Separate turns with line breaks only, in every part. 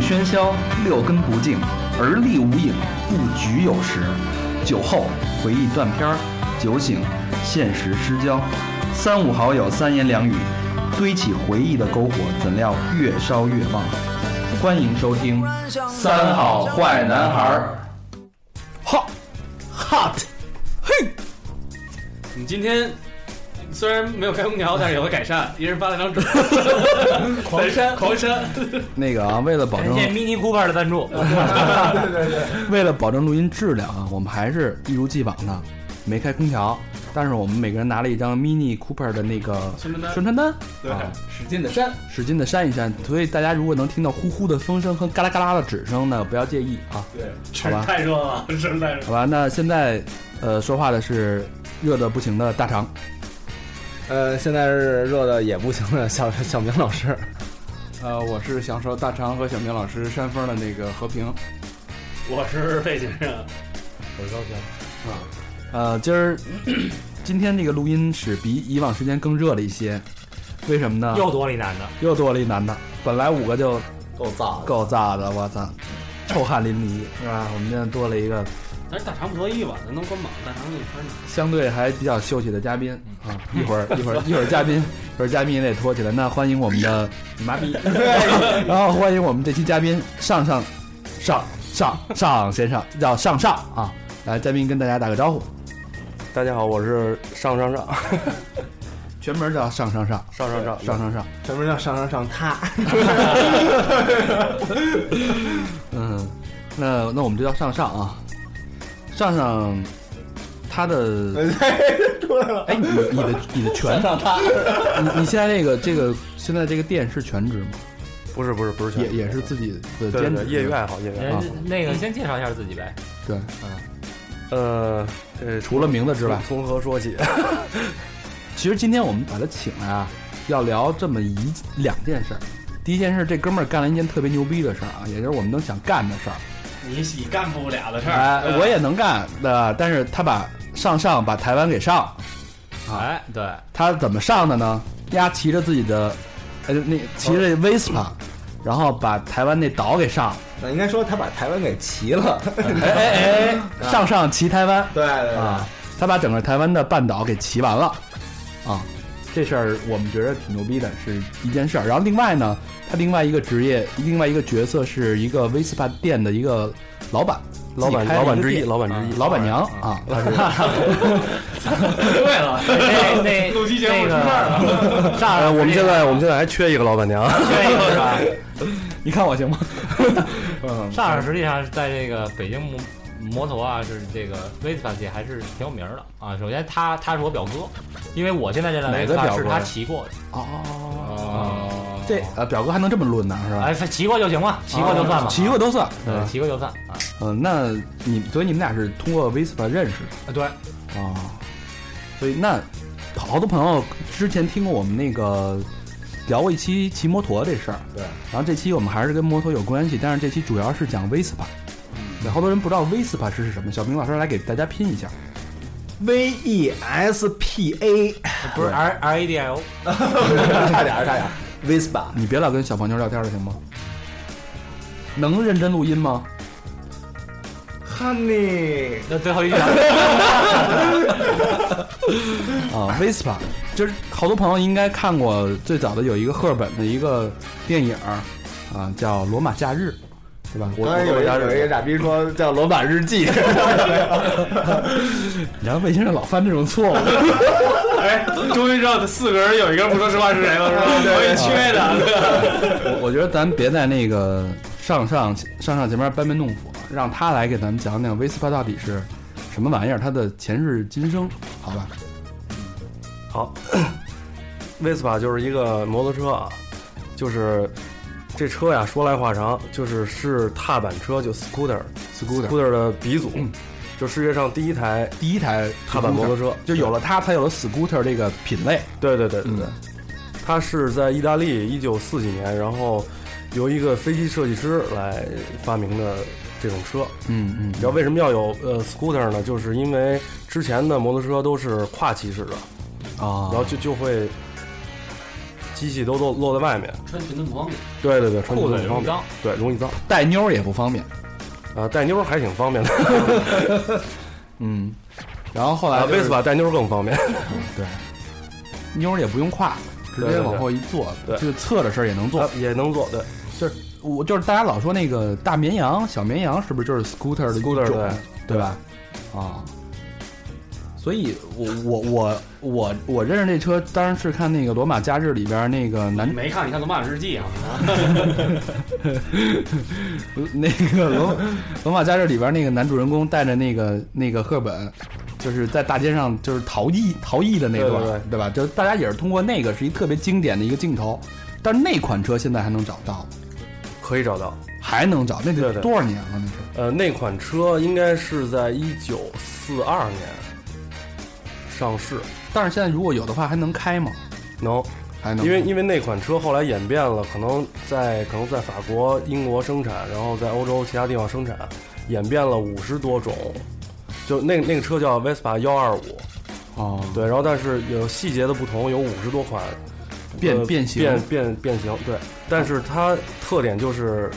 喧嚣，六根不净，而立无影，不局有时。酒后回忆断片儿，酒醒现实失焦。三五好友三言两语，堆起回忆的篝火，怎料越烧越旺。欢迎收听《三好坏男孩儿
hot hot，嘿，
你今天虽然没有开空调，但是有了改善，一人发了 张纸，狂扇狂扇，
那个啊，为了保
感
证
谢 Mini Cooper 的赞 助。
为了保证录音质量啊，我们还是一如既往的没开空调，但是我们每个人拿了一张 Mini Cooper 的那个
宣传单
宣传单，
对
啊
使劲的扇，
使劲的扇一扇。所以大家如果能听到呼呼的风声和嘎啦嘎啦的纸声呢，不要介意啊，
对，
好吧
太热了，是太热了。
好吧？那现在，呃，说话的是热的不行的大肠，
呃，现在是热的也不行了，小小明老师，
呃，我是享受大肠和小明老师扇风的那个和平。
我是费啊先生，
呃，今儿 今天这个录音是比以往时间更热了一些，为什么
啊
呢？
又多了一男的，
又多了一男的，本来五个就
够燥
够炸的，我操，臭汗淋漓是吧？我们现在多了一个
但是大肠不乐意吧？咱能光膀，大肠给你穿上。
相对还比较秀气的嘉宾啊，一会儿一会儿一会儿嘉宾，一会儿嘉宾也得拖起来。那欢迎我们的麻痹，然后欢迎我们这期嘉宾上上上上上先生，叫上上啊，来嘉宾跟大家打个招呼，
大家好，我是上上上
全名叫上上上
上上上
上上上，
什么叫上上上他？
嗯，那那我们就叫上上啊，上上他的
出来了，
哎，你你的你的全上他，你你现在那个这个现在这个店是全职吗？
不是不是不是全
也也是自己的
对对
兼
对
职，
业余爱好业余爱好。
啊
人那个先介绍一下自己呗。
对。
呃呃，
除了名字之外，
从何说 起？
其实今天我们把他请来啊，要聊这么一两件事儿。第一件事，这哥们儿干了一件特别牛逼的事儿啊，也就是我们能想干的事儿。
你喜干不了的事
哎、
儿，
我也能干的，但是他把上上把台湾给上，
哎，对，
他怎么上的呢？丫骑着自己的，呃，那骑着
哦
Vespa，、然后把台湾那岛给上了。
那应该说他把台湾给齐 了，
哎哎哎，上上骑台湾
对对
啊，他把整个台湾的半岛给骑完了啊，这事儿我们觉得挺牛逼的，是一件事儿。然后另外呢，他另外一个职业，另外一个角色是一个 Vespa 店的一个老板，
老板
自己开了
老板
个
之一，
店
老板之一，
老板娘
哎
啊，他是
对了，那那
录期节目
那
出事儿
个
了，
上
呃，
上
我们现在我们现在还缺一个老板娘，
缺一个是吧？
你看我行吗？嗯，
上上实际上是在这个北京摩摩托啊，是这个 Vespa 界还是挺有名儿的啊。首先他他是我表哥，因为我现在这辆
哪个
Vespa
表
是
哥
他骑过的。
哦，
哦
这呃表哥还能这么论呢，是吧？啊
哎，骑过就行嘛，骑过就算嘛，
骑过都算。
对，骑过就算啊。
嗯，那你所以你们俩是通过 Vespa 认识的。
对，
啊，所以那好多朋友之前听过我们那个聊过一期骑摩托这事儿，
对。
然后这期我们还是跟摩托有关系，但是这期主要是讲 Vespa。对，好多人不知道 Vespa 是什么，小明老师来给大家拼一下。
V E S P A，
不是 R R A D I O，
差点儿差点儿，Vespa，
你别老跟小黄牛聊天了，行吗？能认真录音吗？
Honey，
那最后一句啊
啊，Vespa，就是好多朋友应该看过最早的有一个赫本的一个电影儿，啊，叫《罗马假日》，对吧？
刚才有一
我
有一个傻逼说叫罗马日记，
你知道魏先生老犯这种错误。
哎，终于知道四个人有一个人不说实话是谁了，是吧？我也缺的，
我我觉得咱别在那个上上上上前面班门弄斧，让他来给咱们讲讲 Vespa 到底是什么玩意儿，它的前世今生，好吧？
好，Vespa 就是一个摩托车啊，就是这车呀，说来话长，就是是踏板车，就 scooter 嗯
Scooter
的鼻祖，就世界上第一台
第一台
踏板摩托
车
车，
就有了它，才有了 Scooter 这个品类。
对对对对
嗯
对，他是在意大利一九四几年，然后由一个飞机设计师来发明的这种车。
嗯嗯
你知道为什么要有呃 scooter 呢？就是因为之前的摩托车都是跨骑式的，
啊
然后就就会机器都露露在外面。
穿裙子不方便，
对对对，穿
裤
不
子容
方
易
便，
脏，
对，容易脏。
带妞儿也不方便。
啊，带妞儿还挺 方便的，
嗯，然后后来
啊，
就是
威斯把带妞儿更方便。
妞儿也不用挎，直
对
接
对
往后一坐，
对
就侧着身儿也能坐
啊。也能坐，对，
我就是大家老说那个大绵羊、小绵羊，是不是就是 scooter 的一
Scooter，
种
对
对吧？啊，所以我我我我我认识这车，当然是看那个《罗马假日》里边那个男
没看你看《罗马日记》啊，
那个罗 罗马假日里边那个男主人公带着那个那个赫本，就是在大街上就是逃逸逃逸的那段，
对对
吧？就是大家也是通过那个是一特别经典的一个镜头，但是那款车现在还能找到，
可以找到。
还能找，那
对
得
对
多少年了？那是
呃，那款车应该是在一九四二年上市，
但是现在如果有的话，还能开吗？
能，
还能？
因为因为那款车后来演变了，可能在可能在法国、英国生产，然后在欧洲其他地方生产，演变了五十多种。就那那个车叫 Vespa 幺二五，
哦，
对，然后但是有细节的不同，有五十多款
变
呃
变形，
变变变形，对。但是它特点就是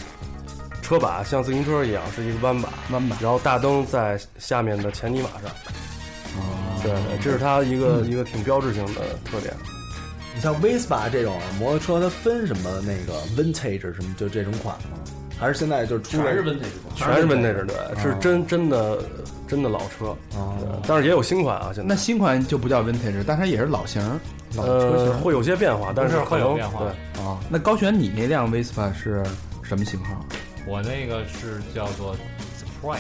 车把像自行车一样是一个弯把，
弯吧。
然后大灯在下面的前泥马上，
哦
对，对这是它一个、一个挺标志性的特点。
你像 Vespa 这种摩托车，它分什么那个 Vintage 什么就这种款吗？还是现在就出
全
了
是温腿的光。
全是 Vintage 对，
啊
是真真的真的老车，对
哦，
但是也有新款啊，现
那
在
新款就不叫 vintage，但它也是老型儿，老车型
呃
儿
会有些变化，但是
是会有
可能
变化
对，
啊。那高璇，你那辆 Vespa 是什么型号
我那个是叫做 Sprite，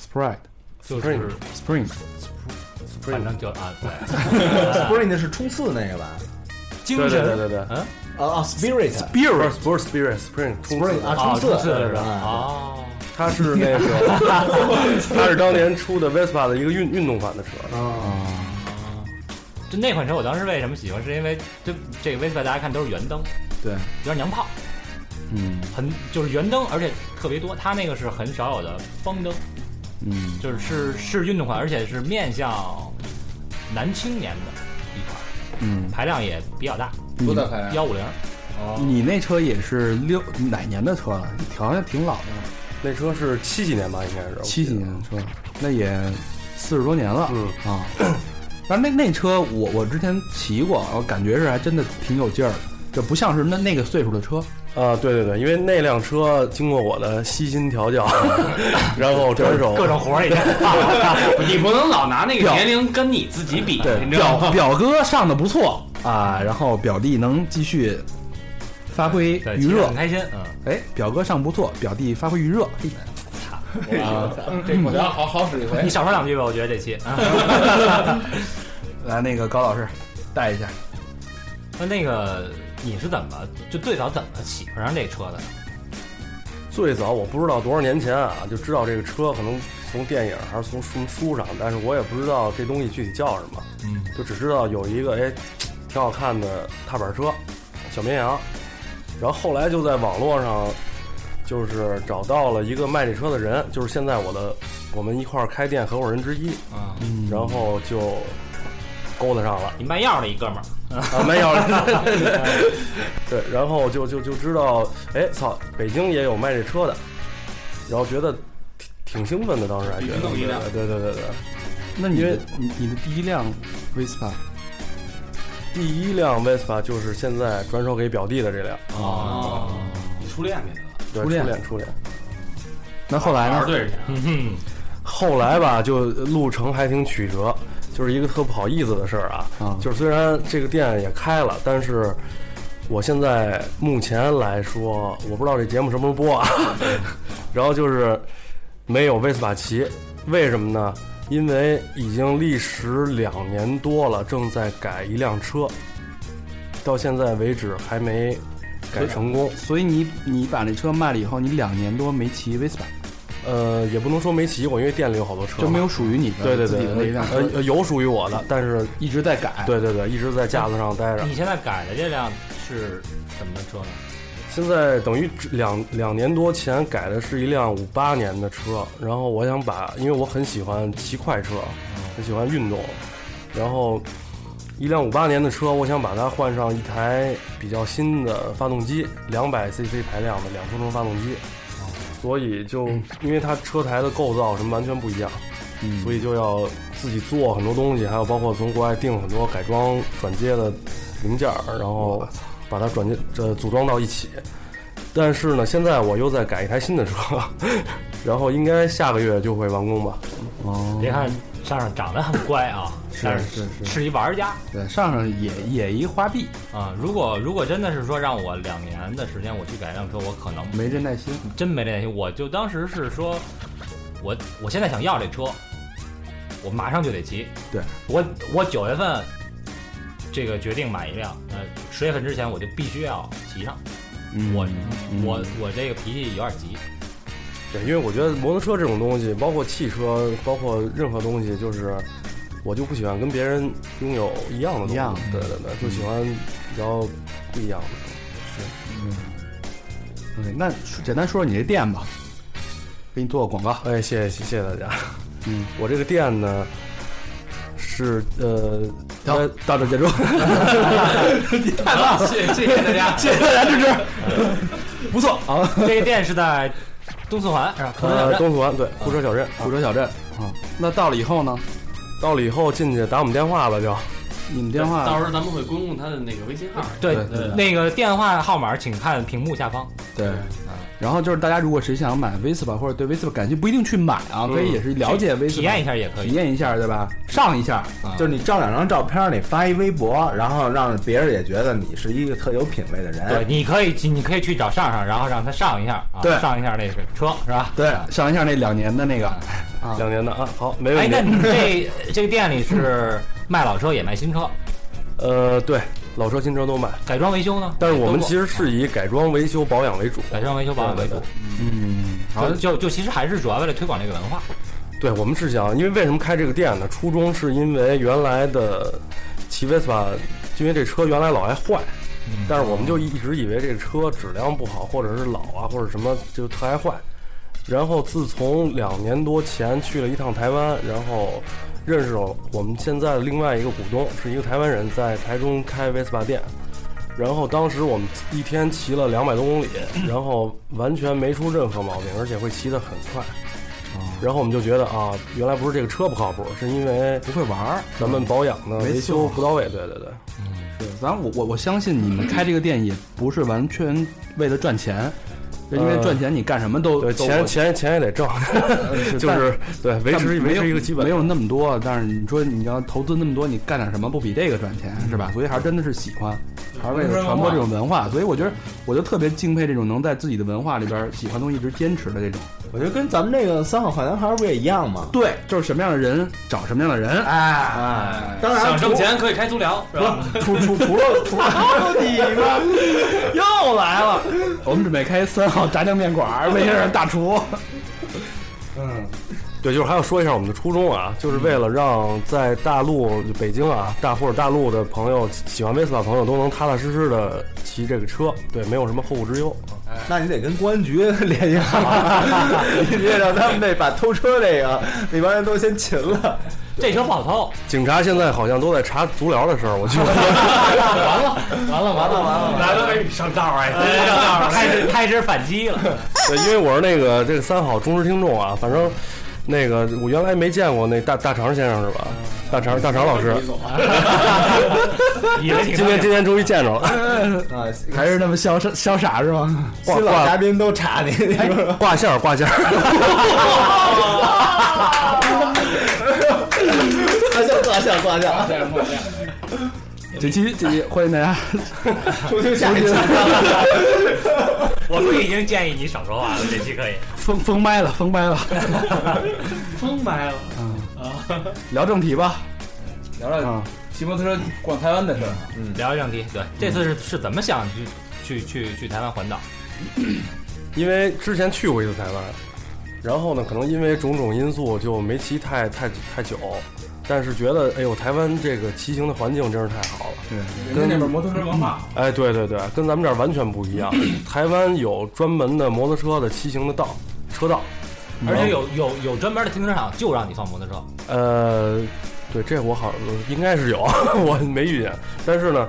？Sprite
就是
Spring
Spring
反正就啊，对，
Spring 那是冲刺那个吧？
精
对对对
神
对对。
啊啊，Spirit
Spirit 不是 Spirit Spring 冲刺
Spring
的，
啊，
冲
冲
刺的是吧
啊，
哦，
它是那 个，它是当年出的 Vespa 的一个运运动款的车，
啊，
就那款车我当时为什么喜欢，是因为就这个 Vespa 大家看都是圆灯，
对，
有点娘炮，
嗯
很就是圆灯，而且特别多。它那个是很少有的方灯，
嗯，
就是是是运动款，而且是面向男青年的一款，
嗯，
排量也比较大，
你
排量？
幺五零。
你那车也是六哪年的车了？好像挺老的，
那车是七几年吧，应该是
七几年的，车，那也四十多年了，
嗯
啊。 但是那那车我我之前骑过，我感觉是还真的挺有劲儿的，这不像是那那个岁数的车，
啊，对对对，因为那辆车经过我的悉心调教，
啊
然后转手
各种活儿已经。
你不能老拿那个年龄跟你自己比，你知道
表
吗？
表哥上的不错啊，然后表弟能继续发挥
对，
余
骑着
热
很。开心，嗯，
哎，表哥上不错，表弟发挥余热。嘿
这我觉得好好使一回
嗯你。少说两句吧，我觉得这期。啊
来，那个高老师带一下。
那那个你是怎么就最早怎么喜欢上这车的？
最早我不知道多少年前啊，就知道这个车可能从电影还是从书书上，但是我也不知道这东西具体叫什么，
嗯，
就只知道有一个哎挺好看的踏板车，小绵羊。然后后来就在网络上，就是找到了一个卖这车的人，就是现在我的我们一块儿开店合伙人之一，
啊，
嗯
然后就勾搭上了。
你卖药的一哥们儿，
啊，没有了。对，然后就就就知道，哎，操，北京也有卖这车的，然后觉得挺挺兴奋的，当时还觉得，
弄一辆
对对对对。
那你
因
的
为
你你的第一辆 Vespa
第一辆 Vespa 就是现在转手给表弟的这辆，
哦，你初恋给他了，
对初
初恋
恋初恋。
那后来
玩儿
呢？
对着去啊。
嗯
后来吧，就路程还挺曲折，就是一个特不好意思的事儿啊。
啊
就是虽然这个店也开了，但是我现在目前来说，我不知道这节目什么时候播啊。
嗯
然后就是没有威斯帕奇，为什么呢？因为已经历时两年多了，正在改一辆车，到现在为止还没改成功。
所以你你把那车卖了以后，你两年多没骑 Vespa，
呃，也不能说没骑过，因为店里有好多车嘛，
就没有属于你的
对对
自己的那一
对
辆，车，嗯
呃呃有属于我的，但是
一直在改。
对对对，一直在架子上待着。
你现在改的这辆是什么车呢？
现在等于只两两年多前改的是一辆五八年的车，然后我想把，因为我很喜欢骑快车，很喜欢运动，然后一辆五八年的车，我想把它换上一台比较新的发动机，两百 CC 排量的两分钟发动机，所以就因为它车台的构造什么完全不一样，所以就要自己做很多东西，还有包括从国外订很多改装转接的零件儿，然后把它转接这组装到一起。但是呢，现在我又在改一台新的车， 然后应该下个月就会完工吧。
哦
别看上上长得很乖啊，但是
是是
是一玩家
对，上上也也一花臂，
啊。如果如果真的是说让我两年的时间我去改一辆车，我可能
没这耐心。
真没联系。我就当时是说，我我现在想要这车，我马上就得骑。
对，
我我九月份这个决定买一辆，呃，十月份之前我就必须要骑上。
嗯
我
嗯
我我这个脾气有点急，
对，因为我觉得摩托车这种东西，包括汽车，包括任何东西，就是我就不喜欢跟别人拥有一样的东西。
一样嗯
对对对，就喜欢比较不一样的。
OK，那嗯简单说说你这店吧，给你做个广告。
哎，谢谢谢谢大家。
嗯，
我这个店呢是呃，
好，到这结 束。
好谢谢谢 大家，谢谢。
不错啊，
这个店是在东四环是吧？可能有
呃
点
东四环对库车小镇。
古城小镇啊。那到了以后呢，
到了以后进去打我们电话吧，
啊
就
你们电
到
话
时候咱们会公布他的那个微信号。
对
对对，
那个电话号码请看屏幕下方。
对。啊然后就是大家如果谁想买 Vespa 或者对 Vespa 感兴趣，不一定去买啊，可以也是了解 Vespa，
体验一下也可
体
以。
验一下，对吧？上一下，
就是你照两张照片，你发一微博，然后让别人也觉得你是一个特有品位的
对，
哎
人。
你可以去，你可以去找上上，然后让他上一下啊，
对
上一下那个车是吧？
对，上一下那两年的那个，啊
两年的啊，好，没
哎
问，
那
题。
你这这个店里是卖老车也卖新车，
呃，对，老车新车都卖，
改装维修呢？
但是我们
都做
其实是以改装、维修、保养为主。
改装维修保养为主
对，
嗯，好
就，就就其实还是主要为了推广这个文化。
对，我们是想，因为为什么开这个店呢？初衷是因为原来的骑 Vespa，因为这车原来老爱坏，
嗯
但是我们就一直以为这个车质量不好，或者是老啊，或者什么就特爱坏。然后自从两年多前去了一趟台湾，然后认识了我们现在的另外一个股东，是一个台湾人，在台中开 Vespa 店。然后当时我们一天骑了两百多公里，然后完全没出任何毛病，而且会骑得很快。然后我们就觉得啊，原来不是这个车不靠谱，是因为
不会玩儿，
咱们保养呢、
没
维
错
修不到位。对对对，
对，咱我我我相信你们开这个店也不是完全为了赚钱，就因为
呃
赚钱你干什么都
对
都呃
钱钱钱也得 挣，就是对维
但
持
没
维
有
持一个基本
没。有那么多，但是你说你要投资那么多，你干点什么不比这个赚钱是吧？
嗯
所以还是真的是喜欢，还是为了传播这种文化。所以我觉得，我就特别敬佩这种能在自己的文化里边喜欢东西一直坚持的这种。
我觉得跟咱们这个三哦好坏男孩不也一样吗？
对，就是什么样的人找什么样的人。
哎，当然
想
除
挣钱可以开足疗，是吧？
除除除了除了你们又来了，
我们准备开三号炸酱面馆儿，魏先生 大厨。
对，就是还要说一下我们的初衷啊，就是为了让在大陆、北京啊，大或者大陆的朋友喜欢 Vespa 的朋友都能踏踏实实的骑这个车，对，没有什么后顾之忧。
那你得跟公安局联系 好，你得让他们那把偷车这个那帮人都先擒了。
这车不好偷，
警察现在好像都在查足疗的事儿，我觉得
完了完了完了完了，
来了，哎上道哎，真上道
开始开始反击 了。
对，因为我是那个这个三好忠实听众啊，反正那个我原来没见过那大大肠先生是吧？大肠大肠老师，
以为挺
今天今天终于见着了。
啊，
还是那么潇洒潇洒是吗？
新老嘉宾都查你，你说
挂线儿挂线儿，
挂相挂相挂相，
这期这期欢迎大家，
收听下一期。
我们已经建议你少说话了，这期可以。
封封麦了，封 麦了，嗯
风埋了。
啊聊正题吧。
聊聊
啊，
骑摩托车逛台湾的事儿。
聊正题，对，这次是是怎么想去去去去台湾环岛？
因为之前去过一次台湾，然后呢，可能因为种种因素就没骑太太太久，但是觉得哎呦，台湾这个骑行的环境真是太好了。
人家那边摩托车文化好，
哎，对对对，跟咱们这儿完全不一样。台湾有专门的摩托车的骑行的道车道，
而且有有有专门的停车场，就让你放摩托车。
呃，对，这我好应该是有， 我没遇见。但是呢，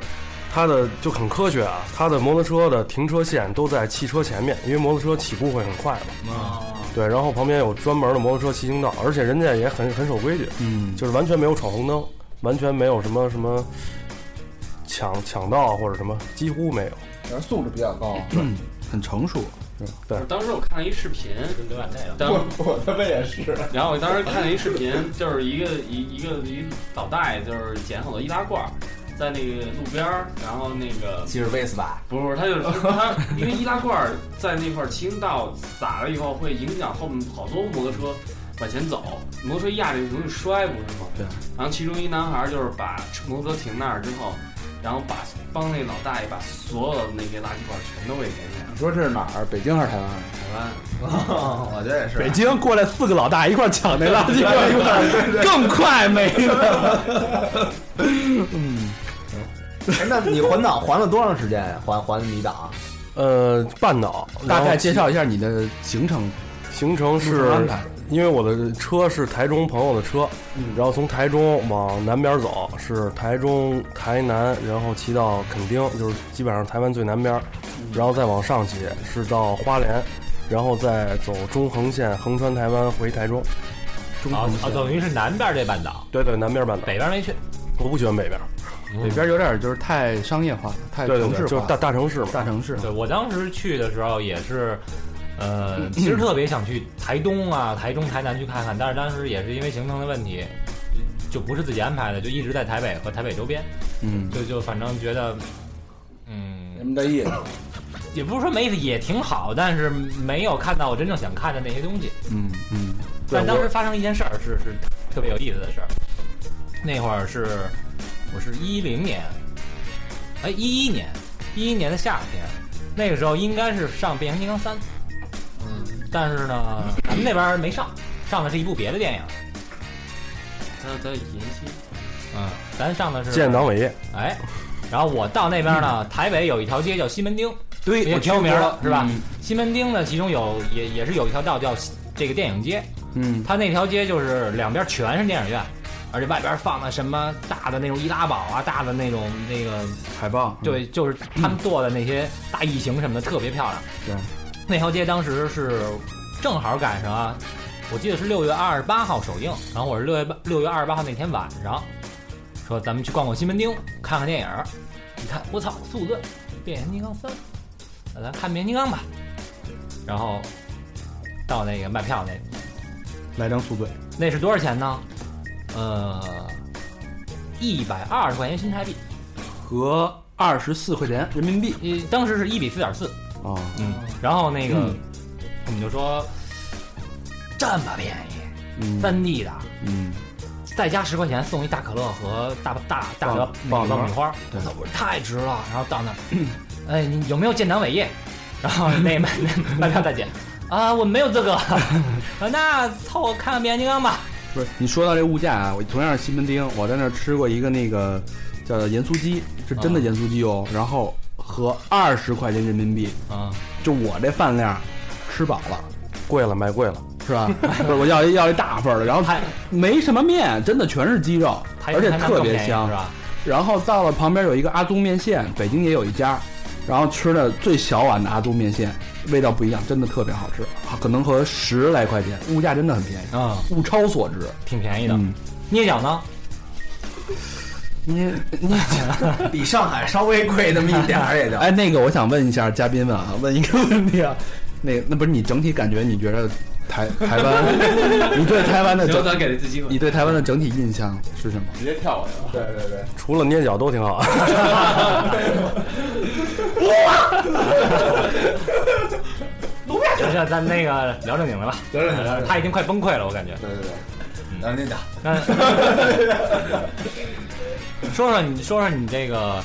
它的就很科学啊，它的摩托车的停车线都在汽车前面，因为摩托车起步会很快嘛。
嗯
对，然后旁边有专门的摩托车骑行道，而且人家也很很守规矩，
嗯，
就是完全没有闯红灯，完全没有什么什么抢抢道或者什么，几乎没有。
然后素质比较高。
很成熟。
对
当时我看了一视频，
刘远那个，
当
我我他妈也是，
然后我当时看了一视频，就是一个一一个一个老大爷，就是捡很多易拉罐，在那个路边儿，然后那个
其实威斯吧，
不是他就是 他，因为易拉罐在那块儿骑行道撒了以后，会影响后面好多摩托车往前走，摩托车压着容易摔，不是吗？
对。
然后其中一男孩就是把摩托车停那儿之后，然后把帮那老大爷把所有的那些垃圾罐全都给捡起来了
你，说这是哪儿？北京还是台湾？
台湾。
哦我觉得也是
北京过来四个老大一块儿抢那垃圾罐，一块儿更快没了。
哎那你环岛环了多长时间呀？环环米岛？啊
呃，半岛
大概介
绍
绍一下你的行程
行程
路
是
程安排
因为我的车是台中朋友的车，然后从台中往南边走是台中、台南，然后骑到垦丁，就是基本上台湾最南边，然后再往上骑是到花莲，然后再走中横线横穿台湾回台中。
中
啊
途
啊，等于是南边这半岛，
对对，南边半岛，
北边没去。
我不喜欢北边，
北边有点就是太商业化了，太
对对
哎
对，
城市
就是
化
大
了，
大城市嘛。
大城市。
对我当时去的时候也是，呃，其实特别想去台东啊、台中、台南去看看，但是当时也是因为行程的问题，就不是自己安排的，就一直在台北和台北周边，
嗯，
就就反正觉得，嗯，
什么的意思？
也不是说没意思，也挺好，但是没有看到我真正想看的那些东西。
嗯嗯，
对
但当
我
时发生一件事儿，是是特别有意思的事儿。那会儿是我是一零年，哎一一年，一一年的夏天，那个时候应该是上《变形金刚三》，嗯，但是呢，咱们那边儿没上，上的是一部别的电影，
他他延期，
嗯，咱上的是
建党伟业，
哎，然后我到那边呢，台北有一条街叫西门町，
对，
也挺有名儿的，是吧？
嗯
西门町呢，其中有也也是有一条道叫这个电影街，
嗯，
它那条街就是两边全是电影院，而且外边放的什么大的那种易拉宝啊，大的那种那个，
海报，
对，就是他们做的那些大异形什么的，特别漂亮。
对，
那条街当时是正好赶上啊，我记得是六月二十八号首映，然后我是六月八六月二十八号那天晚上，说咱们去逛逛西门町，看看电影儿。一看，我操，速顿，变形金刚三，那咱看变形金刚吧。然后到那个卖票那
来张速对，
那是多少钱呢？呃，一百二十块钱新台币，
和二十四块钱人民币
呃，当时是一比四点四，
啊，
嗯，然后那个、
嗯
我们就说这么便宜，
嗯
三 D 的，
嗯，
再加十块钱送一大可乐和大大大
爆
折那
爆
个
米花
爆米花，
对
我说太值了。然后到那儿， 哎，你有没有建党伟业？然后那卖那卖票大 姐啊，我没有这个， 那凑合看看变形金刚吧。
不是，你说到这物价啊，我同样是西门町，我在那儿吃过一个那个叫盐酥鸡，是真的盐酥鸡哦，然后和二十块钱人民币，
啊、
就我这饭量，吃饱了。
贵了，买贵了。
是 吧？不是，我要一要一大份儿的，然后它没什么面，真的全是鸡肉，
台
而且
台南
特
更
别
便宜
香
是。吧？
然后到了旁边有一个阿宗面线，北京也有一家，然后吃的最小碗的阿宗面线，味道不一样，真的特别好吃，啊可能和十来块钱，物价真的很便宜，
嗯，
物超所值。
挺便宜的。
嗯，
捏脚呢？
你嗯 你
比上海稍微贵那么一点儿也就。
哎，那个我想问一下嘉宾们啊，问一个问题啊，那那不是你整体感觉？你觉得台台湾， 你对台湾的
然后
整，
咱给了一次机会。
你对台湾的整体印象是什么？
直接跳过去了。对对对，
除了捏脚都挺好，
就是咱那个聊正经的吧，呃
聊正经聊正经
他已经快崩溃了，我感觉。
对对对，
嗯
然后那打
那说说你，说说你这个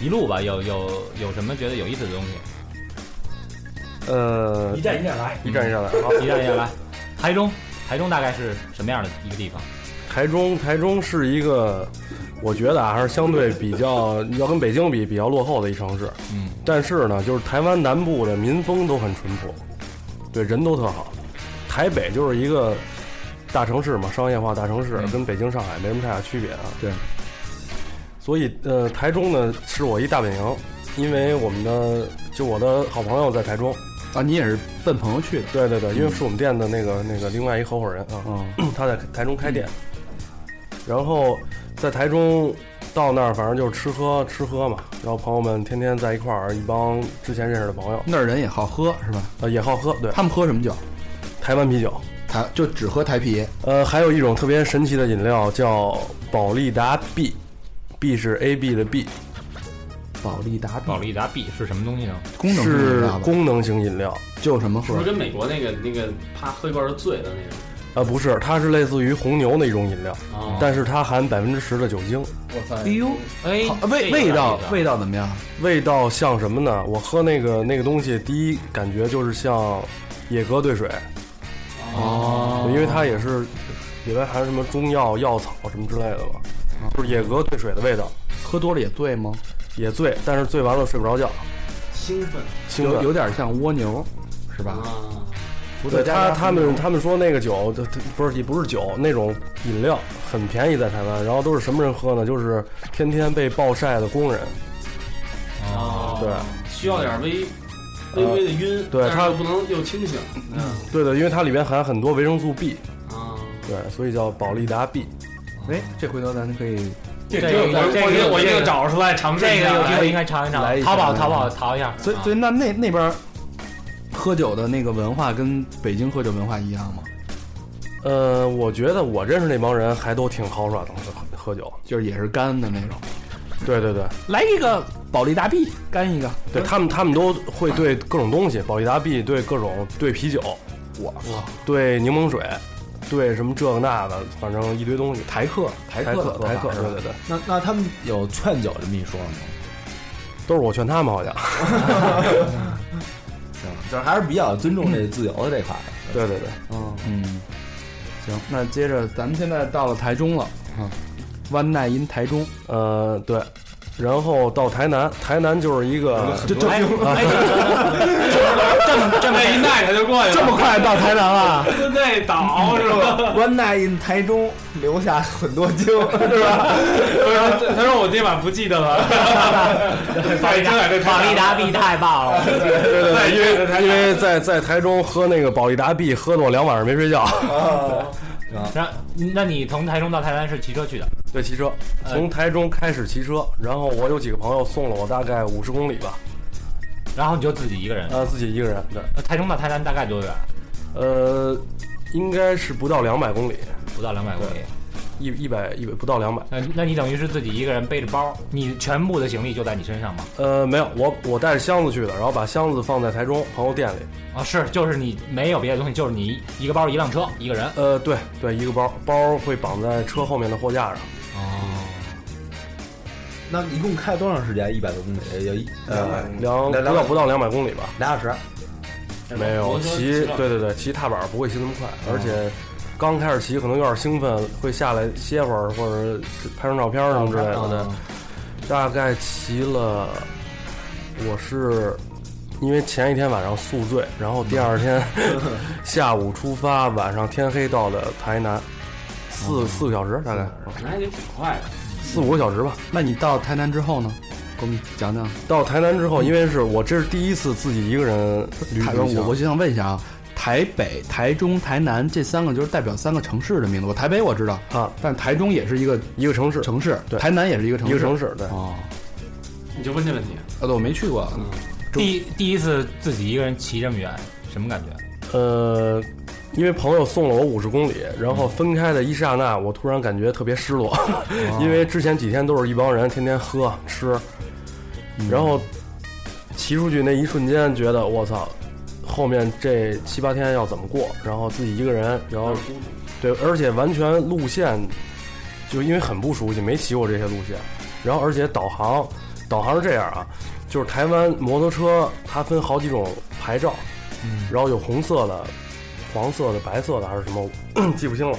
一路吧，有有有什么觉得有意思的东西？
呃，
站一站来，
一站一站来。啊好，
一下一下 来，台中，台中大概是什么样的一个地方？
台中，台中是一个，我觉得啊，还是相对比较要跟北京比比较落后的一城市。
嗯，
但是呢，就是台湾南部的民风都很淳朴，对人都特好。台北就是一个大城市嘛，商业化大城市跟北京、上海没什么太大区别啊。
对，
所以呃，台中呢是我一大本营，因为我们的就我的好朋友在台中，
啊，你也是奔朋友去的，
对对对，因为是我们店的那个那个另外一合伙人啊，
嗯，
他在台中开店，然后在台中到那儿，反正就是吃喝吃喝嘛，然后朋友们天天在一块儿，一帮之前认识的朋友，
那儿人也好喝是吧？
呃，也好喝，对，
他们喝什么酒？
台湾啤酒，
台就只喝台啤，
呃，还有一种特别神奇的饮料叫宝利达 B，B 是 A B 的 B，
宝利达
宝利达 B 是什么东西呢？
功能性饮
是
料吧
功能型饮料，
就什么
是
喝
不是跟美国那个那个啪喝一罐就醉的那种？
呃，不是，它是类似于红牛的一种饮料，
哦
哦
啊，
但是它含百分之十的酒精，
我操！
哎呦，
哎
好，味味道味
道
道怎么样？
味道像什么呢？我喝那个那个东西，第一感觉就是像野格兑水，
哦
因为它也是里边含什么中药、药草什么之类的吧，就是野格兑水的味道，
喝多了也醉吗？
也醉，但是醉完了睡不着觉，
兴奋
兴
有
奋。
有点像蜗牛，是吧？
啊！
伏特
对
加
他，
加
他
红
们
牛
他们说那个酒，它它不是也不是酒，那种饮料很便宜在台湾，然后都是什么人喝呢？就是天天被暴晒的工人，
哦，
对，
需要点微微微的晕，
对
但是
它
又不能又清醒，嗯
对的，因为它里面含很多维生素 B，
啊。
对，所以叫保利达 B。
哎，这回头咱可以
这
这
个
个我我一定我一定
找
找出来尝试一
这
下
个有机
来
会应该尝一尝
来一，下
淘宝
来一下
淘宝淘一 下。
所以
啊
所以那那那边儿喝酒的那个文化跟北京喝酒文化一样吗？
呃，我觉得我认识那帮人还都挺豪爽的，喝喝酒。
就是也是干的那种，
对对对，
来一个保利达 B 干一个，
对他们他们都会对各种东西，保利达 B 对各种对啤酒，
我操，
对柠檬水，对什么这个那的，反正一堆东西。
台客台
台
客的
客
喝法
台客，
是
对
吧
对对，
那那他们有劝酒这么一说吗？
都是我劝他们好像。
行，就是还是比较尊重这自由的这块儿的。
对对对，
嗯，行，那接着咱们现在到了台中了，嗯，One Night in 台中，
呃对，然后到台南，台南就是一个
这
哎
这
这么哎一耐他就过去
这
了，
么快到台南 了，
就那 倒是吧？
One night in 台中留下很多经，是吧？
他说他说我今晚不记得 了，反正在这
宝利达 B 太棒了，
对对对，因为因为在在台中喝那个保利达 B，喝的我两晚上没睡觉。
哦
那 那你从台中到台南是骑车去的？
对，骑车
哎
呃
从台中开始骑车，然后我有几个朋友送了我大概五十公里吧，
然后你就自己一个人？
呃，自己一个人，对，
嗯
呃台中到台南大概多远？
呃，应该是不到两百公里，
不到两百公里。
一一百一百不到两百，
那那你等于是自己一个人背着包，你全部的行李就在你身上吗？
呃，没有，我我带着箱子去的，然后把箱子放在台中朋友店里，
嗯
啊，是，就是你没有别的东西，就是你一个包一辆车一个人。
呃，对对，一个包包会绑在车后面的货架上，
哦，
那一共开多长时间？一百多公里，有一呃
两
两
不到不到两百公里吧，
俩小时。
没有骑，啊对对对，骑踏板不会骑那么快，而且刚开始骑可能有点兴奋，会下来歇会儿或者拍张照片什么之类的。对，
啊
大概骑了，我是因为前一天晚上宿醉，然后第二 天下午出发，晚上天黑到的台南，四四个小时大概，
那还得挺快的。
四五个小时吧。
那你到台南之后呢？给我们讲讲。
到台南之后，因为是我这是第一次自己一个人旅
台
旅
湾，
行
我我就想问一下啊，台北、台中、台南这三个就是代表三个城市的名字。我台北我知道，
啊，
但台中也是一个
一个城市，
城市，
对
台南也是一个城
一
市。
个城市，对。
哦，
你就问这问题，
啊，对，我没去过。中
第第一次自己一个人骑这么远，什么感觉？
呃，因为朋友送了我五十公里，然后分开的一刹那，我突然感觉特别失落， 因为之前几天都是一帮人天天喝吃，然后骑出去那一瞬间，觉得我操，后面这七八天要怎么过？然后自己一个人，然后对，而且完全路线就因为很不熟悉，没骑过这些路线，然后而且导航，导航是这样啊，就是台湾摩托车它分好几种牌照，
嗯
然后有红色的、黄色的、白色的还是什么， 我记不清了。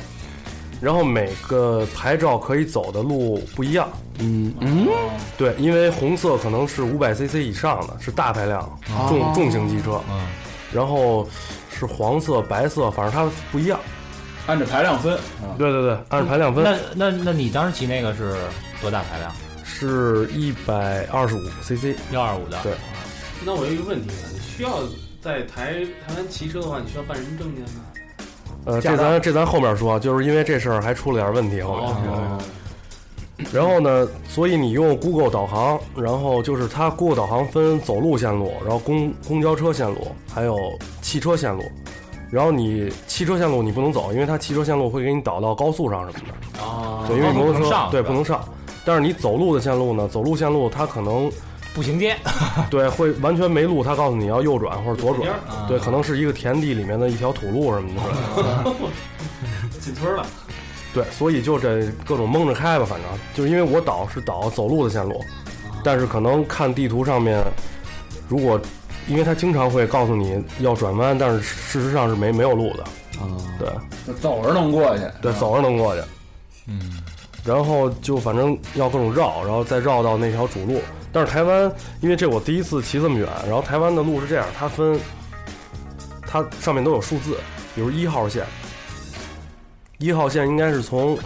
然后每个牌照可以走的路不一样，
嗯嗯，
对，因为红色可能是五百 CC 以上的，是大排量
哦
重重型机车，
嗯，
然后是黄色、白色，反正它不一样。
按照排量分，
对对对，按排量分
那那那你当时骑那个是多大排量？
是一百二十五 cc，
幺二五的。
对
那我有一个问题啊，你需要在台台湾骑车的话，你需要办什么证件呢？
呃，这咱这咱后面说，啊就是因为这事儿还出了点问题后面。
嗯
哦，
然后呢，所以你用 Google 导航，然后就是它 Google 导航分走路线路，然后公公交车线路，还有汽车线路。然后你汽车线路你不能走，因为它汽车线路会给你导到高速上什么的。
啊
对，因为摩
不
托
能
车
上，
对
是吧
不能上。但是你走路的线路呢，走路线路它可能
步行街。
对会完全没路，它告诉你要右转或者左
左边
转
儿，
啊
对，可能是一个田地里面的一条土路什么的。
进村了。
对，所以就这各种蒙着开吧，反正就是因为我导是导走路的线路，
啊
但是可能看地图上面，如果因为它经常会告诉你要转弯，但是事实上是没没有路的，
啊
对
就走着能过去。
对，走着能过去，
嗯，
然后就反正要各种绕，然后再绕到那条主路。但是台湾，因为这我第一次骑这么远，然后台湾的路是这样，它分，它上面都有数字，比如一号线，一号线应该是从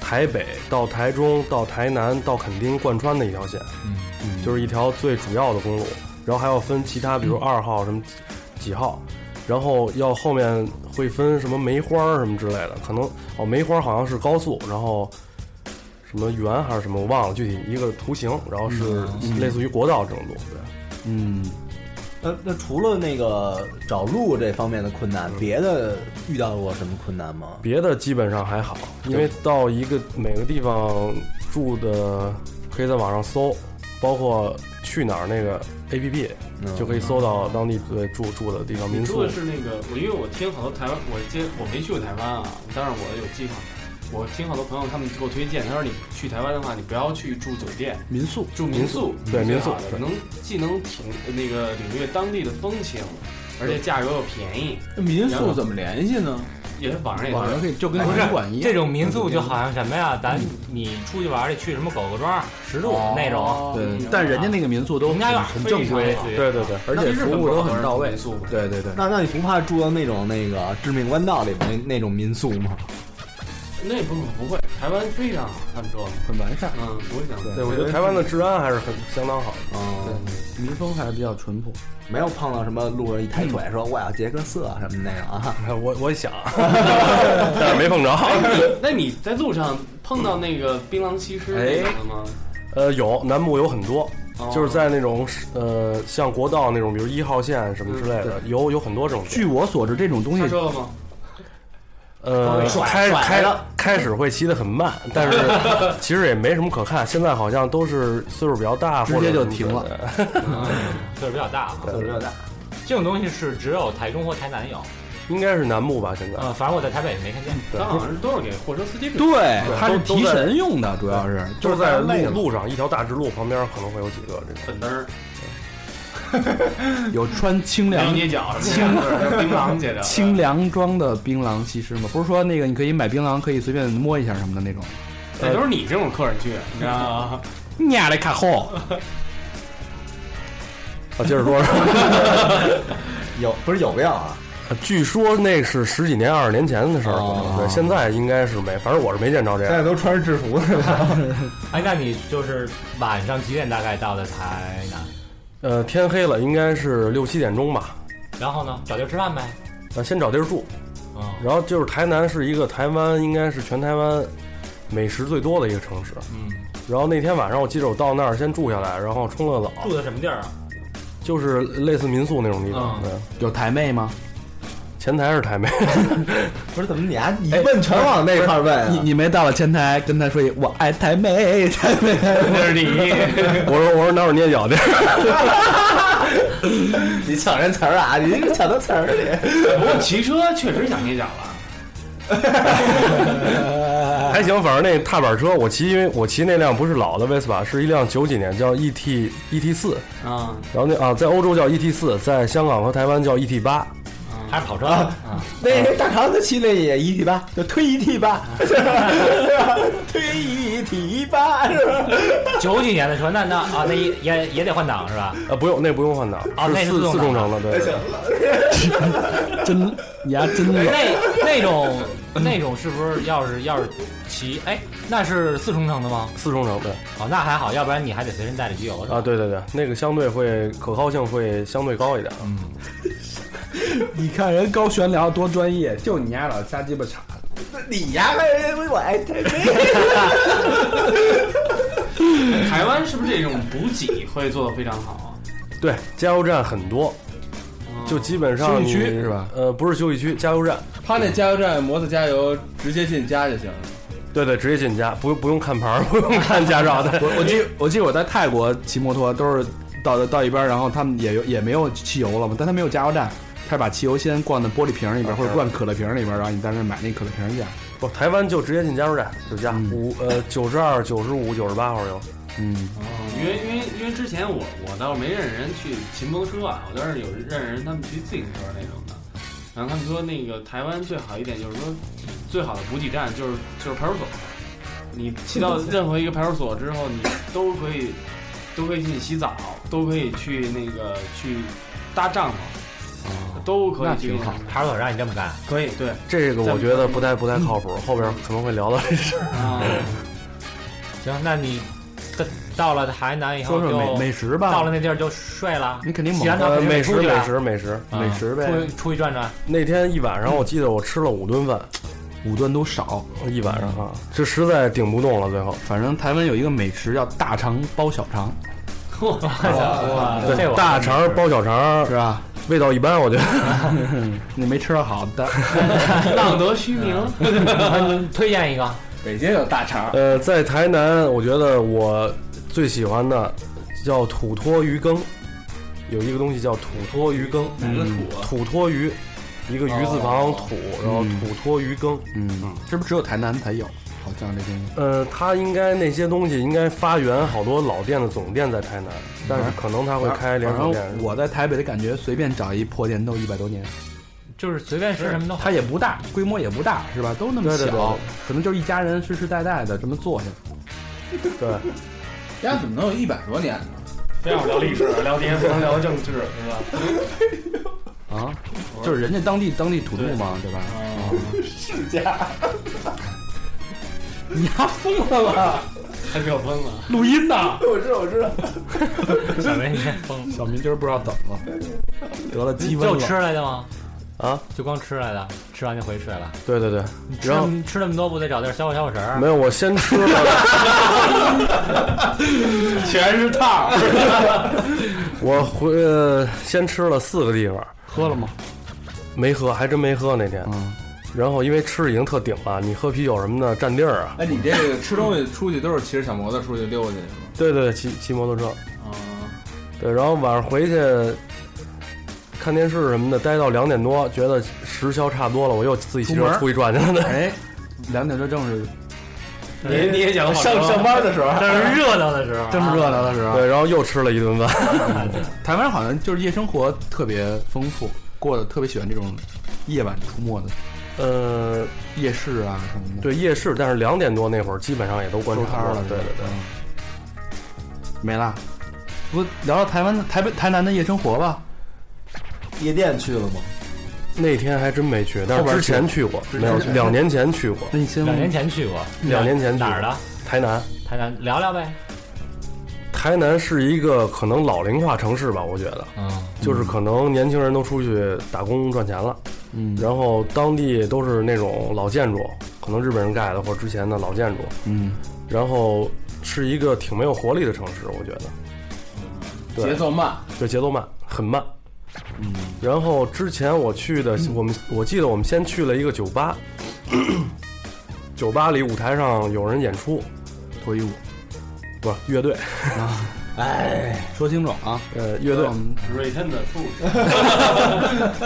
台北到台中到台南到垦丁贯穿的一条线，
嗯
就是一条最主要的公路。然后还要分其他，比如二号什么几号，然后要后面会分什么梅花儿什么之类的，可能哦梅花儿好像是高速，然后什么圆还是什么我忘了具体一个图形，然后是
嗯
类似于国道这种路。对，
嗯，
那那除了那个找路这方面的困难，别的遇到过什么困难吗？
别的基本上还好，因为到一个每个地方住的可以在网上搜，包括去哪儿那个 A P P
嗯
就可以搜到当地对住住的地方民
你
宿
住的。是那个，我因为我听好多台湾，我接我没去过台湾啊，但是我有计划。我听好多朋友他们给我推荐，他说你去台湾的话，你不要去住酒店，
民宿
住民宿，
对
最
民宿
好的
对
能既能体那个领略当地的风情，而且价格又便宜，
那民宿怎么联系呢？
也是网上也
网上
能
可以就跟
哎不是
旅馆一样，
这种民宿就好像什么呀？咱你出去玩儿得去什么狗狗庄、石柱那种，
哦
对，但人家那个民宿都
我们家
很
院
很
非
正
常
规
类，似于
对对对，
而且服务都很到位
民。宿吗？
对对对，
那那你不怕住到那种那个致命弯道里边那那种民宿吗？
那不不会，台湾非常好，他们说，
很完善，
嗯，不会想
对我觉得台湾的治安还是很相当好的。
嗯，
民风还是比较淳朴。
没有碰到什么路上一抬腿说我要劫个色什么那种啊？
嗯我我想，但是没碰着。
哎那你在路上碰到那个槟榔西施那种的吗？
呃，有南部有很多，
哦
就是在那种呃，像国道那种，比如一号线什么之类的，有有很多这种店。
据我所知，这种东
刹
西
车了吗？
呃，
甩
开
甩
开
了
开始会骑得很慢，但是其实也没什么可看。现在好像都是岁数比较大，
直
或者
接就
什么之类的呃
停了。
岁数比较大啊。
岁数比较大，
这种东西是只有台中或台南有，
应该是南部吧？现在
呃，反正我在台北没看见。
咱好像是都是给货车司机 比
对，它
都
是
都
提
在
神用的，主要是
就是
大家
在
累
路
了
路上一条大直路旁边可能会有几个这种。
粉灯儿，
有穿清
没
凉
捏脚，青槟榔 去的，
清凉装的槟榔西施吗？不是说那个你可以买槟榔，可以随便摸一下什么的那种。
那都是你这种客人去，你知道吗？
呀嘞卡后，
啊，接着说，
有不是有没有啊？
据说那是十几年、二十年前的事儿了，对，现在应该是没，反正我是没见着这
现在
样。
都穿着制服了，
哎，那你就是晚上几点大概到的台南？
呃，天黑了，应该是六七点钟吧。
然后呢，找地儿吃饭呗。
呃，先找地儿住，
嗯
然后就是台南是一个台湾，应该是全台湾美食最多的一个城市。
嗯，
然后那天晚上，我记着我到那儿先住下来，然后冲了个澡，
住的什么地儿啊？
就是类似民宿那种地方。
嗯
对，
有台妹吗？
前台是台妹，
不是怎么你还一哎问全往那块儿问、啊
哎你你没到了前台，跟她说一我爱台妹，台妹。
那是你，
我说我说哪有捏脚的？
你抢人词儿啊？你这抢他词儿你。
不过骑车确实想捏脚了。
哦
还行，反正那踏板车我骑，因为我骑那辆不是老的 Vespa，是一辆九几年叫 E ET ET 四，
啊，
然后那啊在欧洲叫 ET 四，在香港和台湾叫 ET 八。
还是跑车？啊、
那大肠他骑那也一体吧，就推一体吧， 是吧推一体吧，是吧？
九几年的车，那那啊，那也也也得换挡是吧？
啊，不用，那不用换挡，
哦那
是
是
四
自
四
动
冲
挡哎
程的，对对。对
哎
真，你丫真冷。
那那种那种是不是要是要是骑？哎，那是四冲程的吗？
四冲程对
哦，那还好，要不然你还得随身带着机油是吧？
啊，对对对，那个相对会可靠性会相对高一点。
嗯，
你看人高悬梁多专业，就你丫老瞎鸡巴插。
你呀，我爱他。
台湾是不是这种补给会做的非常好啊？
对，加油站很多，就基本上
哦休息区
你
是吧？
呃，不是休息区，加油站。
他那加油站摩托加油直接进家就行了。
对对，直接进家，不用不用看牌儿， 不用看驾照的。
我我记我记得我在泰国骑摩托都是到到一边儿，然后他们也有也没有汽油了嘛，但他没有加油站，他把汽油先灌到玻璃瓶里边儿或者灌可乐瓶里边儿，然后你在那儿啊买那可乐瓶加。
不，台湾就直接进加油站就加
嗯
五呃九十二、九十五、九十八号油。
嗯，
因为因为因为之前我我倒是没认识人去骑摩托车啊，我倒是有认识人他们骑自行车那种的。然后他们说那个台湾最好一点就是说，最好的补给站就是就是派出所，你骑 到任何一个派出所之后，你都可以都可以去洗澡，都可以去那个去搭帐篷，
哦
都可以去。
派出所让你这么干，
可以 对
这个
在
我觉得不太不太靠谱，后边可能会聊到这事儿。
啊，
行，那你到到了海南以后
说
就
说美美食
到
吧
了，那地儿就睡了，
你肯定
洗完
猛
澡
呃，
肯定
美
得
食
出去
美
了
食美食，
啊
美食呗
出去出去转转。
那天一晚上我记得我吃了五顿饭，
五顿都少。
一晚上
嗯
啊，这实在顶不动了，最后。
反正台湾有一个美食叫大肠包小肠，哦
这我
大肠儿包小肠儿
是吧？
味道一般，我觉得。
你没吃到好，但
浪得虚名。
嗯推荐一个，
北京有大肠，
呃，在台南，我觉得我最喜欢的叫土托鱼羹，有一个东西叫土托鱼羹，
哪
嗯
个土啊？
土哦托鱼，一个鱼字旁土，然后
嗯
土托鱼羹。
嗯，是不是只有台南才有？好像这东西
呃，它应该那些东西应该发源好多老店的总店在台南，但是可能它会开连锁
反正
店。
我在台北的感觉，随便找一破店都一百多年，
就是随便吃什么都 好。
它也不大，规模也不大，是吧？都那么小，
对对对对
可能就是一家人世世代代的这么做下去。
对，
家怎么能有一百多年呢？
非要聊历史，聊天不能聊政治，是吧？
啊，就是人家当地当地土著嘛，对吧？啊
他给我崩了。
录音呢？
小明你疯了，
小明今儿不知道怎么了，得了鸡瘟
就
了。
吃来的吗？
啊，
就光吃来的，吃完就回去睡了。
对对对，
吃
然后
那么吃那么多，不得找地儿消化消化食儿啊
没？有，我先吃 了，
全是烫。
我回呃先吃了四个地方，
喝了吗？
没喝，还真没喝那天。
嗯，
然后因为吃已经特顶了，你喝啤酒什么的占地儿啊。
哎，你这个吃东西出去都是骑着小摩托出去溜达去是吗？
对对，骑骑摩托车。
啊，
哦
对，然后晚上回去看电视什么的，待到两点多，觉得时消差不多了，我又自己骑
出
车
门
出去转去了。
哎，两点多正是
你你也想上上班的时候，但是热闹的时候，啊
这么热闹的时候。
对，然后又吃了一顿饭。
台湾好像就是夜生活特别丰富，过得特别喜欢这种夜晚出没的
呃，
夜市啊什么的，
对夜市，但是两点多那会儿基本上也都关
收
差
摊
不
儿
多
了
了。，对对对，
对，没啦。不聊聊台湾的台北台南的夜生活吧，
夜店去了吗？
那天还真没去，但
后
是
边
之前
去
去过，没有，两年前去过
那你先
两年前去过，
嗯两年前去
哪儿的？
台南。
台南聊聊呗。
台南是一个可能老龄化城市吧，我觉得，
嗯，
就是可能年轻人都出去打工赚钱了，
嗯
然后当地都是那种老建筑，可能日本人盖的或者之前的老建筑，
嗯，
然后是一个挺没有活力的城市，我觉得，对
节奏慢，
对节奏慢，很慢。嗯，然后之前我去的，我们我记得我们先去了一个酒吧，酒吧里舞台上有人演出，
脱衣舞，
不是乐队，
说清楚啊，
呃，乐队，
嗯
Return 的 t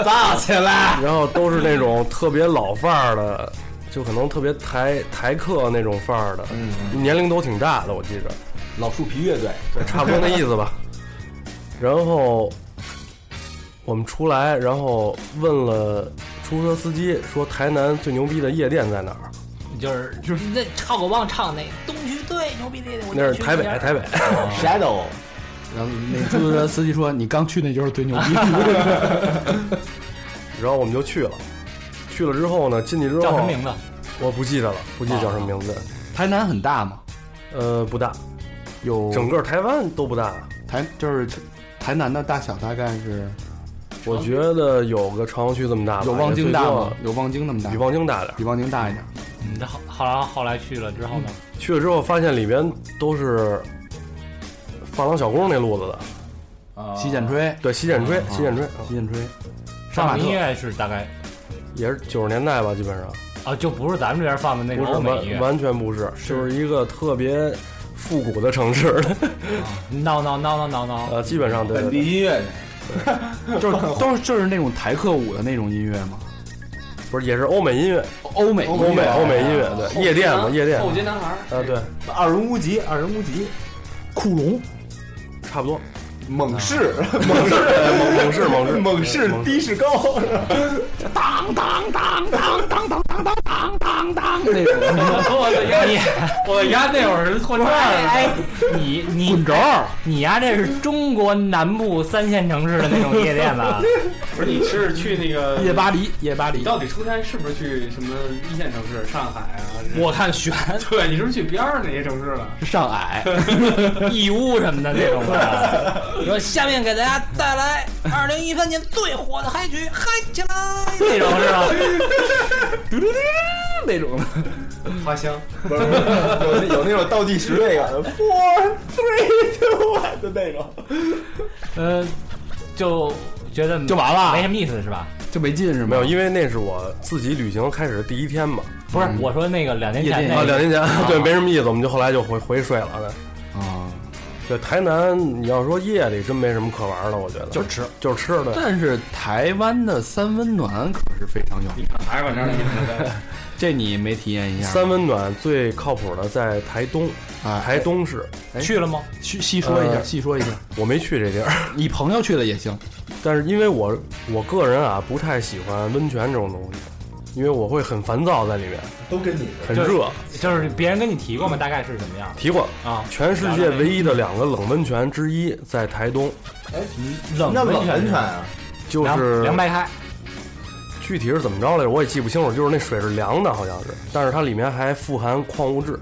造起来！
然后都是那种特别老范儿的，就可能特别台台客那种范儿的，
嗯
年龄都挺大的，我记着，
老树皮乐队，
差不多那意思 吧。然后我们出来，然后问了出租车司机，说台南最牛逼的夜店在哪儿？
就是就是那唱狗棒唱那东区最牛逼的夜店，我就
那是
去
台北，
那儿
台北。
Shadow，
然后那出租车司 机说：“你刚去那就是最牛逼。
然后我们就去了，去了之后呢，进去之后
叫什么名字？啊
我不记得了，不记得叫什么名字。
台南很大嘛，
呃，不大，
哦
有
整个台湾都不大。
台就是台南的大小大概是
我觉得有个朝阳区这么大吧，
有望京大吗
也？
有望京那么
最多
大
比？望京大点儿。
比望京大一点。
你嗯这后后来后来去了之后呢？
去了之后发现里边都是放狼小工那路子的，哦
啊
洗剪吹，
对，洗剪吹，洗剪吹啊
洗剪吹，杀
放
马
的音
特，
乐是大概
也是九十年代吧，基本上
啊，就不是咱们这边放的那
不
种
是
欧美音
完
乐，
完全不是，就是一个特别复古的城市，
闹闹闹闹闹闹，
呃，基本上对
本
对
地音乐去，
就是都是就是那种台客舞的那种音乐嘛，
对不是也是欧美音乐，
欧美
欧
啊
美欧美音乐，对，夜店嘛，夜店，
后街男孩儿，
啊，对，
二人无极，二人无极，库龙，
差不多，
猛士，
哎猛猛士猛士
啊猛士，的士高，
那种
我的
呃
丫 你，我丫那会儿混蛋了。哎，你你滚轴，你丫这是中国南部三线城市的那种夜店吧？
不是你是去那个
夜巴黎，夜巴
你
黎。
到底出差是不是去什么一线城市，上海啊？
我看选
对，你是不是去边上那些城市了？
上海，
义乌什么的那种的。 说下面给大家带来二零一三年最火的嗨曲，嗨起来 那种是吧？
那种
花香，
不是有那有那种倒计时那 个 four three two one 的那种，
呃，就觉得
就完了
没什么意思是吧？
就没劲是吗？
没有，因为那是我自己旅行开始的第一天嘛，
不是
嗯，
我说那个两年前
夜店
那
哦
啊，
个
两年前， 对，没什么意思，我们就后来就回回睡了。对
啊，
对，台南你要说夜里真没什么可玩的，我觉得就吃就是吃的。
但是台湾的三温暖可是非常有名，
还是往这儿去？
这你没体验一下吗？
三温暖最靠谱的在台东，
哎，
台东市
哎
去了吗？
细细说一下，
呃
细说一下。
我没去这地儿，
你朋友去了也行，
但是因为我我个人啊不太喜欢温泉这种东西，因为我会很烦躁在里面，
都跟你
很
就是
热。
就是别人跟你提过吗？大概是什么样
提过，
啊？
全世界唯一的两个冷温泉之一在台东，
冷
那冷
泉
温
是
泉
吧，
啊，
就
凉
是
凉白开。
具体是怎么着来着，我也记不清楚。就是那水是凉的，好像是，但是它里面还富含矿物质，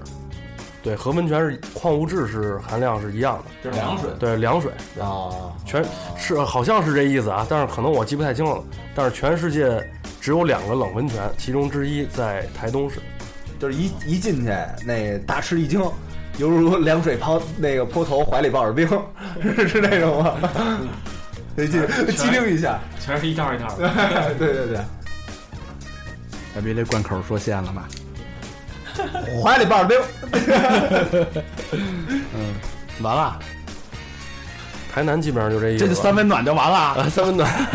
对，和温泉是矿物质是含量是一样的，
就是凉水，
对，凉水
啊，
全是好像是这意思啊，但是可能我记不太清了。但是全世界只有两个冷温泉，其中之一在台东市，
就是一一进去那大吃一惊。犹如凉水抛那个泼头，怀里抱着冰， 是是那种吗？得进去机灵一下，
全是一道一道的。
对对对。
哎别这贯口说线了吧？
怀里抱着冰，
嗯，完了，
台南基本上就这意思
这
了。
就三温暖就完了。
三温暖，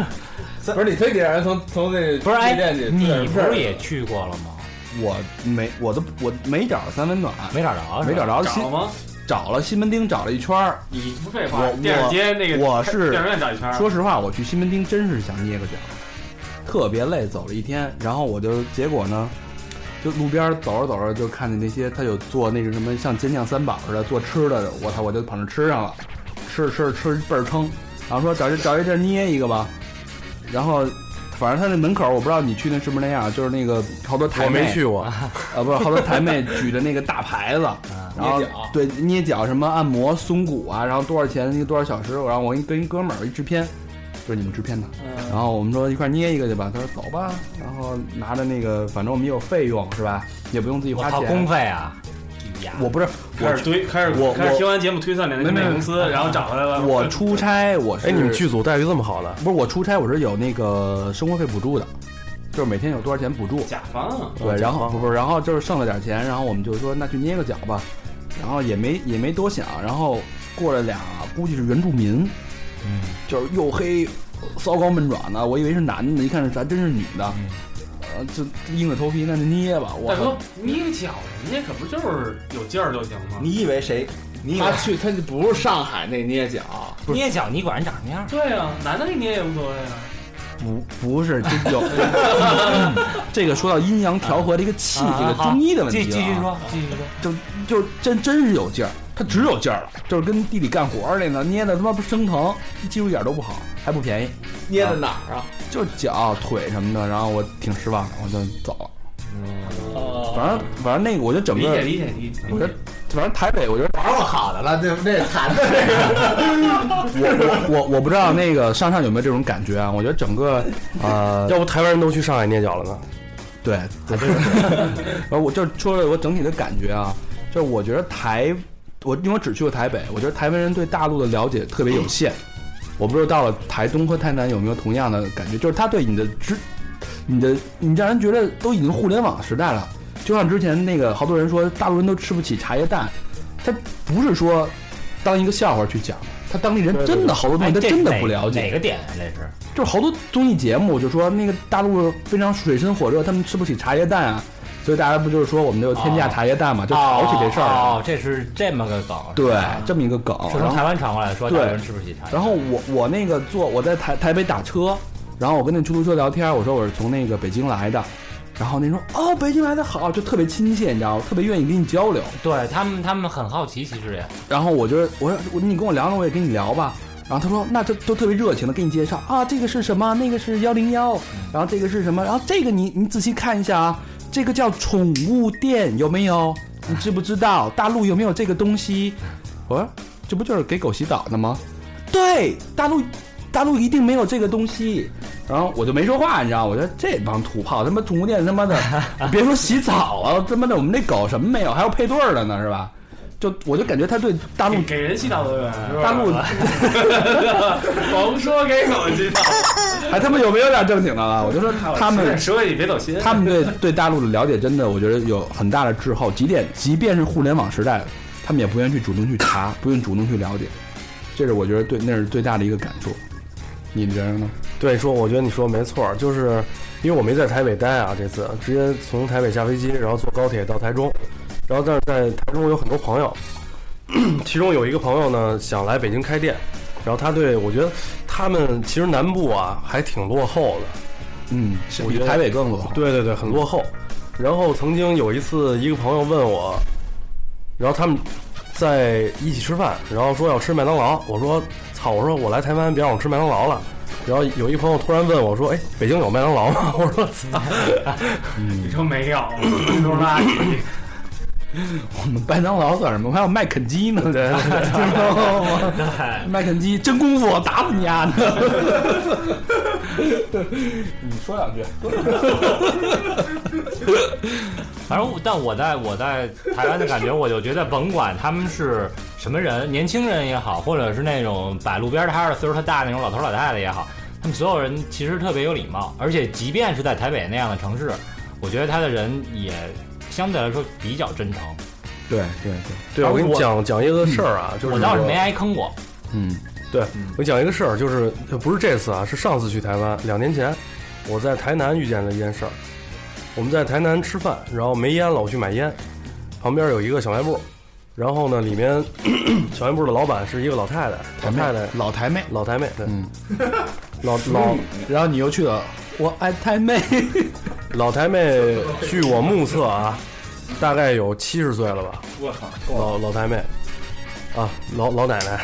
不是你非得让人从从那
不是哎
夜店去，，
你不是也去过了吗？
嗯我没，我都我没找着三温暖，
没找着，啊
没找。着
找
新
了吗？
找了西门町找了一圈儿。
你不废话
我，
电影街那个，
我是
电影院找一圈儿，
说实话，我去西门町真是想捏个脚，特别累，走了一天，然后我就结果呢，就路边走着走着就看见那些他有做那个什么像煎酱三宝似的做吃的，我操，我就跑那吃上了，吃着吃着吃着倍儿撑，然后说找一找一地儿捏一个吧，然后。反正他那门口，我不知道你去那是不是那样，就是那个好多台
我
妹
没去过，
啊，不是，好多台妹举着那个大牌子，然后
捏脚
对捏脚什么按摩松骨啊，然后多少钱一个多少小时，然后我跟跟一哥们儿一制片，就是你们制片的，然后我们说一块儿捏一个去吧，他说走吧，然后拿着那个反正我们也有费用是吧，也不用自己
我
花
操，公
钱，
费啊！哎呀
我不是
开始堆，开始
我
开始
我
听完节目推算两个
没没
公司， 然后找回来了。
我出差，我是
哎，你们剧组待遇这么 好呢？
不是我出差我是有那个生活费补助的，就是每天有多少钱补助，
甲方啊，
对，然后不不，然后就是剩了点钱，然后我们就说那去捏个脚吧，然后也没也没多想，然后过了俩估计是原住民，
嗯，
就是又黑骚高闷爪的，我以为是男的，一看是咱真是女的，
嗯
呃，就硬着头皮那就捏吧，我
大哥，捏个脚，人家可不就是有劲儿就行吗？
你以为谁？你以为啊
他去他就不是上海那捏脚，
捏脚你管人长什么样？
对啊，男的给捏也无所谓啊。
不不是这有嗯 这个说到阴啊阳调和这个气，这个中医的问题、
啊继
啊，
继续，说，继续说。
就就真真是有劲儿。它只有劲儿了，就是跟地里干活儿似的，捏的他妈不生疼，技术一点都不好，还不便宜，
捏在哪儿啊？
就是脚、腿什么的。然后我挺失望的，我就走了。
哦，
反正反正那个，我觉得整
理
个
解理解理解。
我觉得，反正台北，我觉得
玩过好的了，这这惨的这
我我我不知道那个上上有没有这种感觉啊？我觉得整个呃，
要不台湾人都去上海捏脚了呢？
对，对对对 然后我就是说了我整体的感觉啊，就是我觉得台，我因为我只去过台北，我觉得台湾人对大陆的了解特别有限。我不知道到了台东和台南有没有同样的感觉，就是他对你的知，你的你让人觉得都已经互联网时代了，就像之前那个好多人说大陆人都吃不起茶叶蛋，他不是说当一个笑话去讲，他当地人真的好多东西他
哎这
真的
哪
不了解
哪。个点啊？这是
就是好多综艺节目就说那个大陆非常水深火热，他们吃不起茶叶蛋啊，所以大家不就是说我们就天价茶叶蛋嘛，就炒起这事儿来了。
哦，这是这么个梗，
对
是吧，
这么一个梗。
是
然
从
后
台湾传过来的，说大
对
陆人吃不起茶叶蛋。
然后我我那个坐我在台台北打车，然后我跟那出租车聊天，我说我是从那个北京来的，然后那说哦北京来的好，就特别亲切，你知道吗？特别愿意跟你交流。
对他们，他们很好奇，其实也
然后我就我说我你跟我聊聊，我也跟你聊吧。然后他说那这都特别热情的给你介绍啊，这个是什么？那个是幺零幺，然后这个是什么？然后这个你你仔细看一下啊，这个叫宠物店有没有？你知不知道大陆有没有这个东西？我说这不就是给狗洗澡的吗？对，大陆大陆一定没有这个东西。然后我就没说话，你知道吗，我觉得这帮土炮他妈宠物店他妈的，别说洗澡了，他妈的我们那狗什么没有，还有配对儿的呢是吧？就我就感觉他对大陆
给给人洗澡的人，是吧
大陆
我不说给狗洗澡，
哎，他们有没有点正经的啊了？我就说他们
说你别走心。
他们对对大陆的了解真的，我觉得有很大的滞后。即便即便是互联网时代，他们也不愿意去主动去查，不愿意主动去了解，这是我觉得对那是最大的一个感触。你们觉得呢？
对，说我觉得你说的没错儿，就是因为我没在台北待啊，这次直接从台北下飞机，然后坐高铁到台中，然后但是在台中有很多朋友， 其中有一个朋友呢想来北京开店，然后他对我觉得他们其实南部啊还挺落后的，
嗯，是
我
比
觉得
台北更落后。
对对对，很落后。然后曾经有一次，一个朋友问我，然后他们在一起吃饭，然后说要吃麦当劳。我说操，我说我来台湾，别让我吃麦当劳了。然后有一朋友突然问我说：“哎，北京有麦当劳吗？”我说：“操，
你说没有，你说垃圾。
我们 麦当劳算什么？还有麦肯基呢，对，听说过吗？ 麦肯基真功夫，打死你啊丫的！ 你说两句，
反正我，但我在我在台湾的感觉，我就觉得甭管他们是什么人，年轻人也好，或者是那种摆路边摊儿的岁数特大那种老头老太太也好，他们所有人其实特别有礼貌，而且即便是在台北那样的城市，我觉得他的人也相对来说比较真诚。
对对对，
对我给你讲讲一个事儿啊，就是
我倒是没挨坑过，
嗯，
我讲一个事儿，就是呃不是这次啊，是上次去台湾，两年前，我在台南遇见了一件事儿。我们在台南吃饭，然后没烟了，我去买烟，旁边有一个小卖部，然后呢，里面 小卖部的老板是一个老太太，老太太，
老台妹，
老台妹，对，
嗯
老老
然后你又去了，我爱台妹，
老台妹，据我目测啊，大概有七十岁了吧，
我操，
老老台妹，啊，老老奶 奶，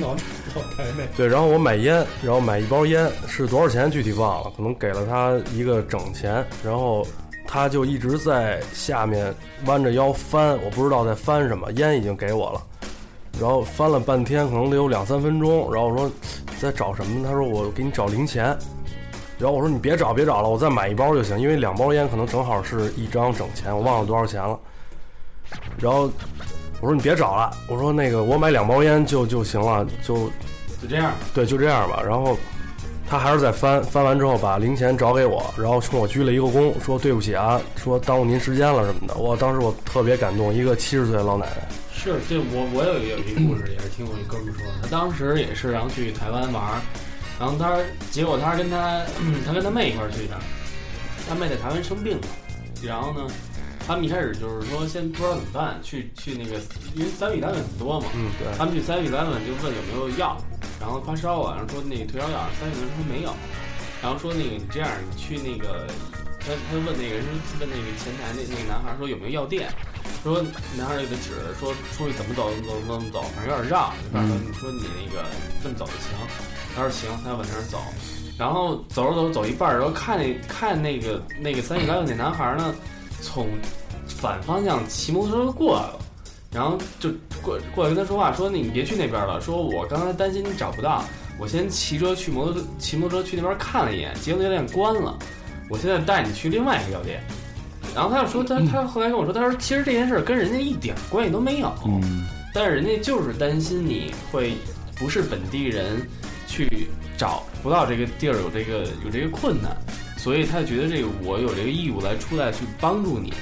老老台妹。对，然后我买烟，然后买一包烟是多少钱具体忘了，可能给了她一个整钱，然后她就一直在下面弯着腰翻，我不知道在翻什么，烟已经给我了，然后翻了半天，可能得有两三分钟，然后我说在找什么呢？她说我给你找零钱。然后我说你别找别找了，我再买一包就行，因为两包烟可能正好是一张整钱，我忘了多少钱了。然后我说你别找了，我说那个我买两包烟就就行了，就
就这样，
对就这样吧。然后他还是在翻，翻完之后把零钱找给我，然后冲我鞠了一个躬，说对不起啊，说耽误您时间了什么的。我当时我特别感动，一个七十岁的老奶奶，
是这我我有有一故事，也是听我一哥们儿说的，他当时也是然后去台湾玩儿，然后他结果他跟他、嗯他跟他妹一块儿去的，他妹在台湾生病了，然后呢，他们一开始就是说先不知道怎么办，去去那个因为三米单位很多嘛，
嗯，对，
他们去 Seven Eleven 就问有没有药，然后发烧啊了，然后说那个退烧药，Seven Eleven 说没有，然后说那个你这样，你去那个，他他问那个人问那个前台那那个男孩说有没有药店，说男孩儿给他指说出去怎么走怎么走怎么走，反正有点绕，就告诉他说你那个这么走就行。他说行，他往那儿走，然后走着走着走一半儿的时候，看那看那个那个三米高的那男孩儿呢，从反方向骑摩托车过来了。然后就过过来跟他说话，说你别去那边了，说我刚才担心你找不到，我先骑车去摩托骑摩托车去那边看了一眼，结果那店关了，我现在带你去另外一个药店。然后他就说他他后来跟我说，他说其实这件事儿跟人家一点关系都没有，但是人家就是担心你会不是本地人去找不到这个地儿有这个有这个困难，所以他觉得这个我有这个义务来出来去帮助你。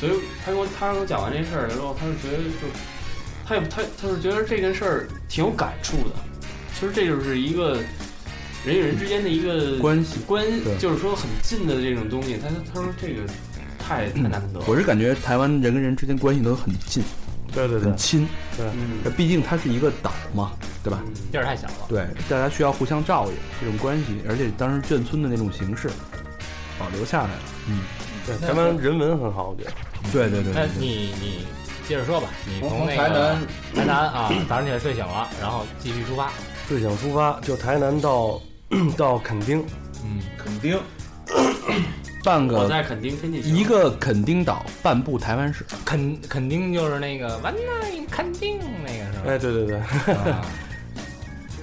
所以他跟我他跟我讲完这事儿之后，他就觉得就他也他他是觉得这件事儿挺有感触的。其实这就是一个人与人之间的一个
关系。
关
对，
就是说很近的这种东西。他他说这个太太难得了。
我是感觉台湾人跟人之间关系都很近，
对对对
很，亲。
嗯
那毕竟它是一个岛嘛，对吧？
嗯
地儿太小了。
对，大家需要互相照应这种关系，而且当时眷村的那种形式保留下来了。
对嗯台湾人文很好，我觉得。
对对对
那
对对，
你你接着说吧，你
从
从
从
那
台
个
南
台南啊，早上起来睡醒了，然后继续出发。
最想出发就台南到 到垦丁，
嗯，
垦丁，
半
我
个
在垦丁天气晴
一个垦丁岛，半部台湾省。
肯肯定就是那个完了，肯定那个是吧？
哎，对对对，
啊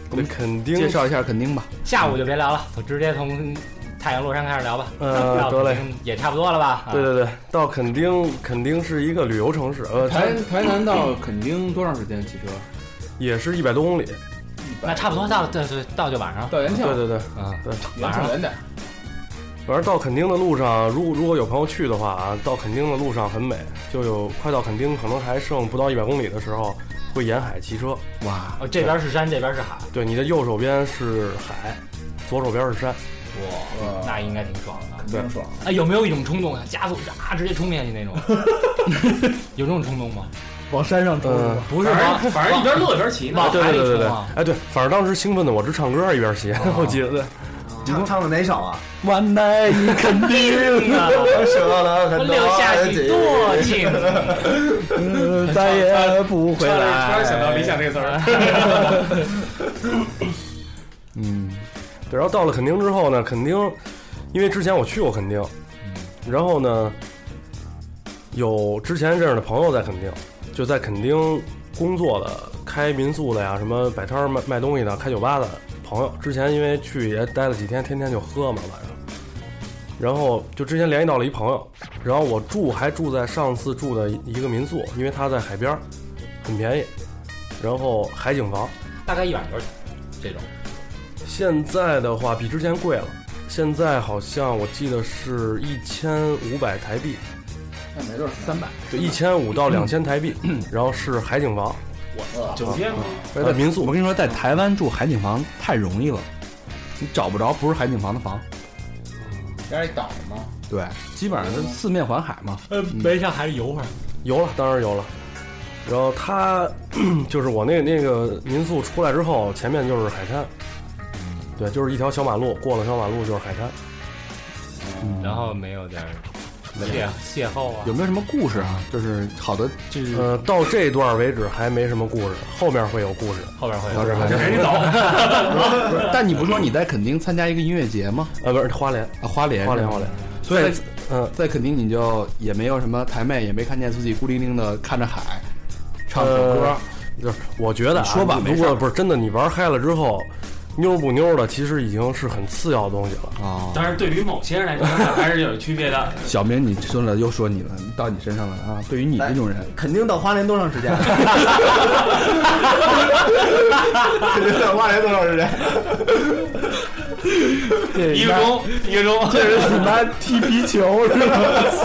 对垦丁
介绍一下垦丁吧，
下午就别聊了，我直接从太阳落山开始聊吧。
呃
到
得嘞
肯定也差不多了吧？啊
对，对对，到垦丁，垦丁是一个旅游城市，呃，它
台台南到垦丁多长时间骑车？
也是一百多公里。
那差不多到对对到就晚上
到元庆，
对
呃
对对，
啊，
元庆远点儿，
反正到垦丁的路上，如如果有朋友去的话啊，到垦丁的路上很美，就有快到垦丁可能还剩不到一百公里的时候，会沿海骑车。
哇，
哦这边是山，这边是海，
对，你的右手边是海，左手边是山。
嗯
哇，那应该挺爽的。
挺
啊
爽。
哎，有没有一种冲动啊？加速啊，直接冲下去那种？ 有这种冲动吗？
往山上冲
嗯、
不是
反
往
正反正一边乐一边骑呢。
往
对
海
对
里
对
冲
对对
啊，！
哎对，反正当时兴奋的我直唱歌一边骑， 我记得对。
唱唱的哪首啊？
万代一垦丁，
啊
我舍了
我
很哎
留下许多 情。
呃再也不回来。
突然想到理想这个词 儿，
嗯，
对，然后到了垦丁之后呢，垦丁，因为之前我去过垦丁，然后呢，有之前认识的朋友在垦丁，就在垦丁工作的，开民宿的呀，什么摆摊儿卖卖东西的，开酒吧的朋友，之前因为去也待了几天，天天就喝嘛晚上，然后就之前联系到了一朋友，然后我住还住在上次住的一个民宿，因为他在海边儿，很便宜，然后海景房。
大概一晚多少钱？这种
现在的话比之前贵了，现在好像我记得是一千五百台币，
那没准三百，嗯
就一千五到两千台币，然后是海景房，呃
酒店嘛，
在民宿，我跟你说，在台湾住海景房太容易了，你找不着不是海景房的房。
加一岛嘛。
对，基本上是四面环海嘛。
呃，没上海里游会儿。
有了，当然有了。然后他 就是我那那个民宿出来之后，前面就是海滩，对，就是一条小马路，过了小马路就是海滩。
然后没有点儿嗯邂邂逅啊
嗯
有，没有什么故事啊？就是好的，就是
嗯
呃，到这段为止还没什么故事，后面会有故事。
后边会
到这
有。
儿好像
人家走。
不是但你不说你在垦丁参加一个音乐节吗？
呃，不是花莲，
啊，花莲，
花莲，花莲。。
所以在
嗯，
在垦丁你就也没有什么台妹，也没看见自己孤零零的看着海，唱首歌。
呃就是我觉得、啊，
你说吧
如
没
如
事
果
儿
不是真的，你玩嗨了之后，妞不妞的，其实已经是很次要的东西了。
哦，
但是对于某些人来说，还是有区别的。
小明，你说了又说你了，你到你身上了啊！对于你这种人，
肯定到花莲多长时间？肯定到花莲多长时间？
一个 钟，一个钟，
这人他妈踢皮球是吧？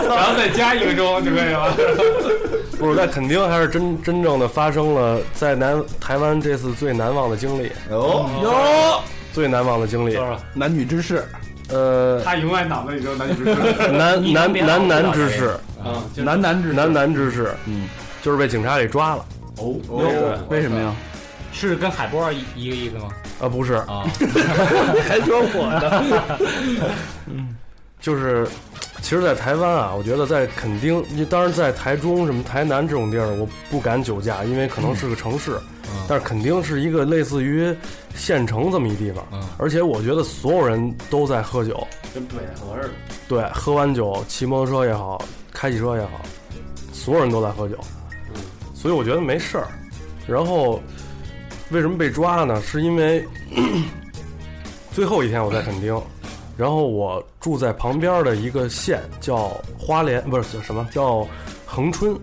然后再加一个钟就可 以了。
不是，但肯定还是真真正的发生了在南台湾这次最难忘的经历，
哦，
最难忘的经历。
男女之事，
呃，
他永远脑子里就男女之事。
男男
别
男
老
男
知
之
道这
事，
啊，就是
男男之
男男之事，
嗯，
就是被警察给抓了。
哦，为什么呀？
是跟海波儿一一个意思吗？
啊，不是，
啊，
还说我呢？
嗯就是其实，在台湾啊，我觉得在垦丁，你当然在台中、什么台南这种地儿，我不敢酒驾，因为可能是个城市。但是垦丁是一个类似于县城这么一地方，而且我觉得所有人都在喝酒，
跟北戴河似的。
对，喝完酒骑摩托车也好，开汽车也好，所有人都在喝酒，
嗯
所以我觉得没事儿。然后为什么被抓呢？是因为 最后一天我在垦丁，然后我住在旁边的一个县叫花莲，不是叫什么叫恒春。
嗯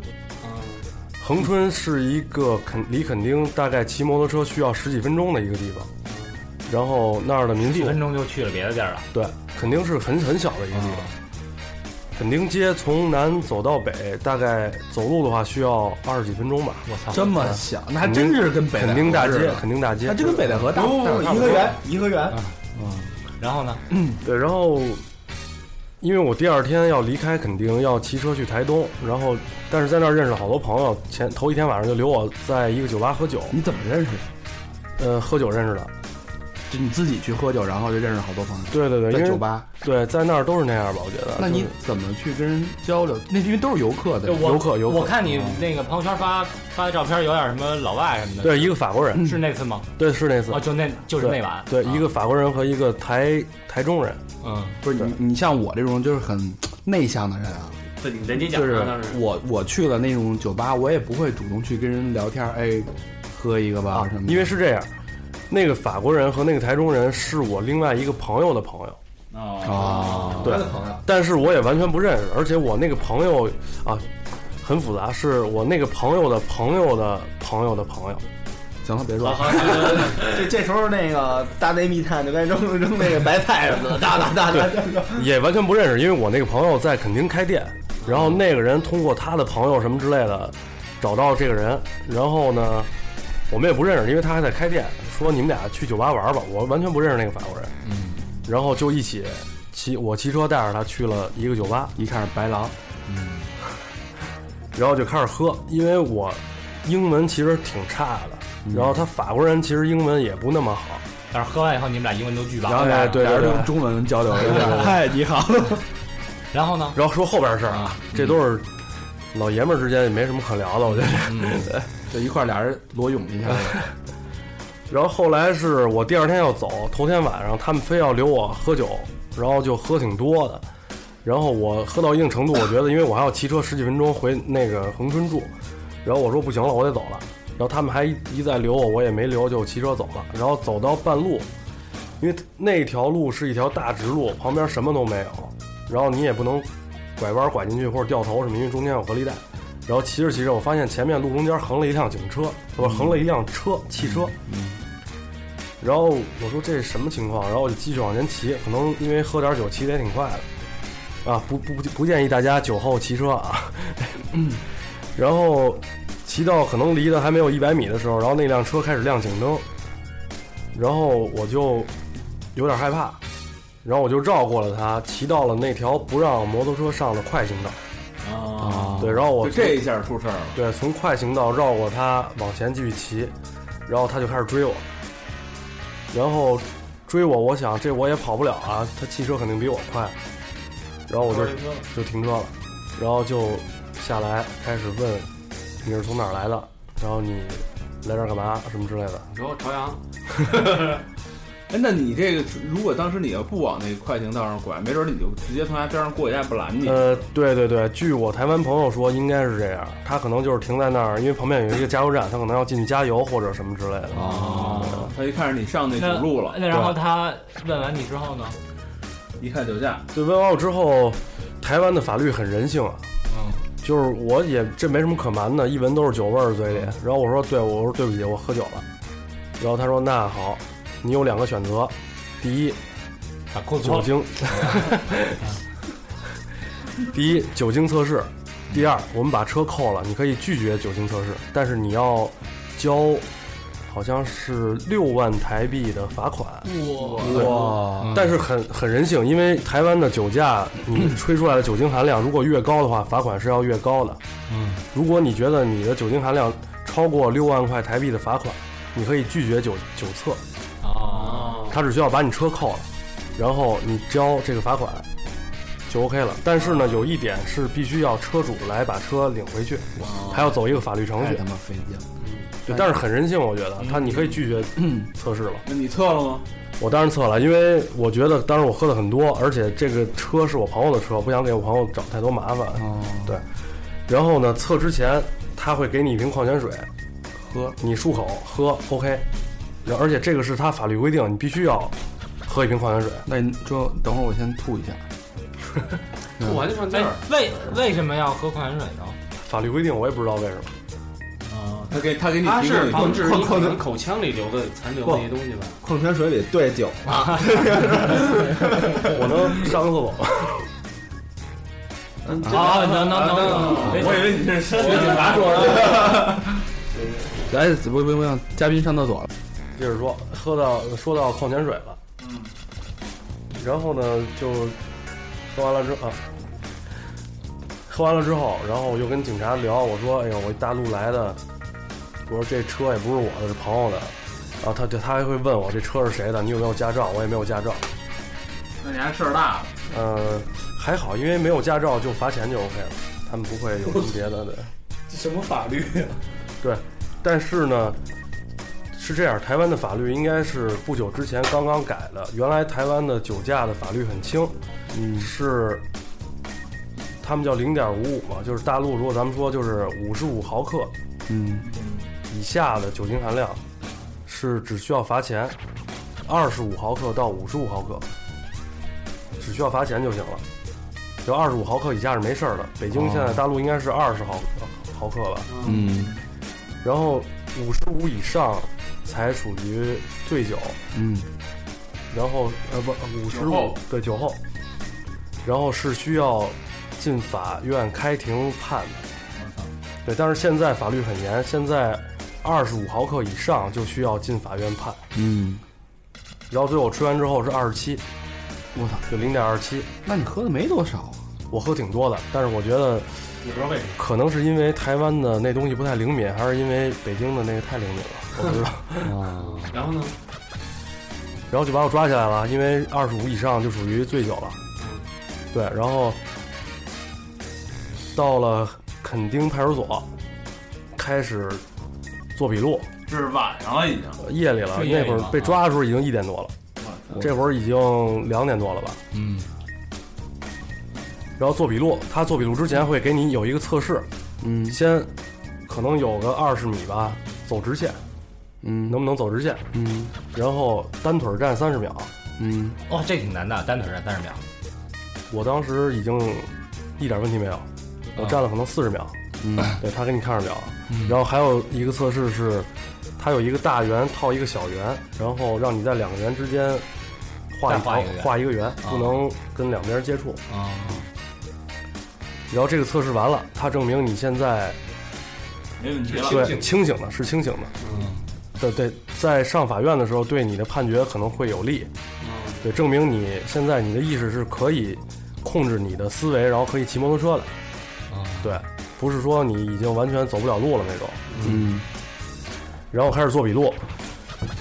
恒春是一个垦离垦丁大概骑摩托车需要十几分钟的一个地方，然后那儿的民
几
宿
分钟就去了别的地儿了。
对，肯定是很很小的一个地方。垦丁街从南走到北，大概走路的话需要二十几分钟吧。
我操，
这么小，那还真是跟北戴
垦丁大
河似
街
的，，
垦丁大街，
还真跟北戴河大。
颐和园，颐和园，
然后呢？
对。然后，因为我第二天要离开垦丁，要骑车去台东，然后但是在那儿认识了好多朋友，前头一天晚上就留我在一个酒吧喝酒，
你怎么认识？
呃，喝酒认识的。
就你自己去喝酒，然后就认识好多朋友，
对对对，因
在
为啊
酒吧。
对，在那儿都是那样吧，我觉得。
那你怎么去跟人交流？那因为都是游客的
对，我
游客游客嗯
我看你那个朋友圈发发的照片，有点什么老外什么的。
对，一个法国人，
是那次吗？
对，是那次
哦，，就那就是那晚。
对，
啊
一个法国人和一个台台中人，
嗯，
不是你，你像我这种就是很内向的人啊，
对，你人家讲
就
的
是
当时，
我我去了那种酒吧，我也不会主动去跟人聊天，哎，喝一个吧
啊
什么的，
因为是这样，那个法国人和那个台中人是我另外一个朋友的朋友，
啊，
对，但是我也完全不认识，而且我那个朋友啊，很复杂，是我那个朋友的朋友的朋友的朋友，
行了，别说了，
这这时候那个大内密探就该扔扔那个白菜什么 的，哒哒哒哒哒。
也完全不认识，因为我那个朋友在垦丁开店，然后那个人通过他的朋友什么之类的找到这个人，然后呢，我们也不认识，因为他还在开店，说你们俩去酒吧玩吧，我完全不认识那个法国人，嗯，然后就一起骑我骑车带着他去了一个酒吧，
一看是白狼，
嗯然后就开始喝，因为我英文其实挺差的，然后他法国人其实英文也不那么好，
但是喝完以后你们俩英文都巨棒。
然后
俩
哎对
俩
对
人
对
用。中文交流，
对对对
嗨，你好，
然后呢？
然后说后边的事儿啊，这都是老爷们儿之间也没什么可聊的，我觉得。
就一块儿俩人裸泳一下，
然后后来是我第二天要走，头天晚上他们非要留我喝酒，然后就喝挺多的。然后我喝到一定程度，我觉得因为我还要骑车十几分钟回那个恒春住，然后我说不行了，我得走了。然后他们还一一再留我，我也没留，就骑车走了。然后走到半路，因为那条路是一条大直路，旁边什么都没有，然后你也不能拐弯拐进去或者掉头什么，因为中间有隔离带。然后骑着骑着，我发现前面路中间横了一辆警车，不是横了一辆车汽车。然后我说这是什么情况？然后我就继续往前骑，可能因为喝点酒骑得也挺快的，啊，不不不不建议大家酒后骑车啊。 然后骑到可能离得还没有一百米的时候，然后那辆车开始亮警灯，然后我就有点害怕，然后我就绕过了它，骑到了那条不让摩托车上的快行道。
啊，
对，然后我
就这一下出事儿了。
对，从快行道绕过他往前继续骑，然后他就开始追我，然后追我，我想这我也跑不了啊，他汽车肯定比我快，然后我就就停车了，然后就下来开始问你是从哪儿来的，然后你来这儿干嘛什么之类的，
你说朝阳，
哎，那你这个如果当时你要不往那个快行道上拐，没准你就直接从他边上过，人家不拦你。
呃，对对对，据我台湾朋友说，应该是这样。他可能就是停在那儿，因为旁边有一个加油站，他可能要进去加油或者什么之类的。
哦，他一看是你上那主路了，
那哎然后他问完你之后呢？
一看酒驾，
对，问完我之后，台湾的法律很人性啊。就是我也这没什么可瞒的，一闻都是酒味儿嘴里。然后我说对，我说对不起，我喝酒了。然后他说那好，你有两个选择，第一
把裤子脱
酒
了。
精，第一酒精测试，第二我们把车扣了，你可以拒绝酒精测试，但是你要交好像是六万台币的罚款。
哇，
但是很很人性，因为台湾的酒驾，你吹出来的酒精含量如果越高的话，罚款是要越高的。
嗯，
如果你觉得你的酒精含量超过六万块台币的罚款，你可以拒绝酒酒测，
哦，
他只需要把你车扣了，然后你交这个罚款。就 OK 了。但是呢，有一点是必须要车主来把车领回去，还要走一个法律程
太
序
他。妈费劲了。
对，但是很人性，我觉得他你可以拒绝测试了。
嗯那你测了吗？
我当时测了，因为我觉得当时我喝的很多，而且这个车是我朋友的车，不想给我朋友找太多麻烦。
哦，
然后呢，测之前他会给你一瓶矿泉水，喝，你漱口喝，OK。然后而且这个是他法律规定，你必须要喝一瓶矿泉水。
那你说等会儿我先吐一下。
吐完就上劲
哎
儿，
为为什么要喝矿泉水呢？
法律规定我也不知道为什么。
啊，
他给他给你
它
提供
是
一
防
个
止你可能口腔里留的残留的那些东西吧？
矿泉水里兑酒啊，
我能上个厕所吗？啊
好，哦能能能，别
我以为你是身体警察说
哎，不不不，嘉宾上厕所了。
接着说，喝到说到矿泉水了，嗯，然后呢就喝完了之后、啊，喝完了之后，然后我就跟警察聊，我说，哎呀，我一大陆来的，我说这车也不是我的，是朋友的，然后他就他还会问我这车是谁的，你有没有驾照？我也没有驾照，
那你还事儿大了，
呃，还好，因为没有驾照就罚钱就 OK 了，他们不会有什么别的的。
什么法律？
但是呢，是这样，台湾的法律应该是不久之前刚刚改的。原来台湾的酒驾的法律很轻，
嗯，
是他们叫零点五五嘛，就是大陆如果咱们说就是五十五毫克
嗯，
以下的酒精含量是只需要罚钱，二十五毫克到五十五毫克，只需要罚钱就行了。就二十五毫克以下是没事儿的。北
哦
京现在大陆应该是二十毫克毫克吧？
嗯
然后五十五以上才属于醉酒，
嗯，
然后呃不五十
酒
五
后
对酒后，然后是需要进法院开庭判的。
嗯
对，但是现在法律很严，现在二十五毫克以上就需要进法院判。
嗯，
然后最后我吹完之后是二十七，
我操，
就零点二七。
那你喝的没多少啊？
我喝挺多的，但是我觉得
你不知道为什么？
可能是因为台湾的那东西不太灵敏，还是因为北京的那个太灵敏了，我不知道。
然后呢？
然后就把我抓起来了，因为二十五以上就属于醉酒了。对，然后到了垦丁派出所，开始做笔录。
这是晚上了已经。
夜里了，
是夜里
那
啊
会儿
吗
被抓的时候已经一点多了，这会儿已经两点多了吧？
嗯，
然后做笔录，他做笔录之前会给你有一个测试，
嗯
先可能有个二十米吧，走直线，
嗯
能不能走直线？
嗯
然后单腿站三十秒，
嗯，
哇，哦这挺难的，单腿站三十秒，
我当时已经一点问题没
啊
有，我站了可能四十秒，
嗯，
对他给你看着表，
嗯
然后还有一个测试是，它有一个大圆套一个小圆，然后让你在两个圆之间画一
再画一个
条
圆
画一个圆，不能跟两边接触。
啊，
然后这个测试完了，它证明你现在
没问题了。
对清醒的，是清醒的。
嗯
对对，在上法院的时候，对你的判决可能会有利。
嗯
对，证明你现在你的意识是可以控制你的思维，然后可以骑摩托车的。
啊
对，不是说你已经完全走不了路了那种。
嗯，
然后开始做笔录，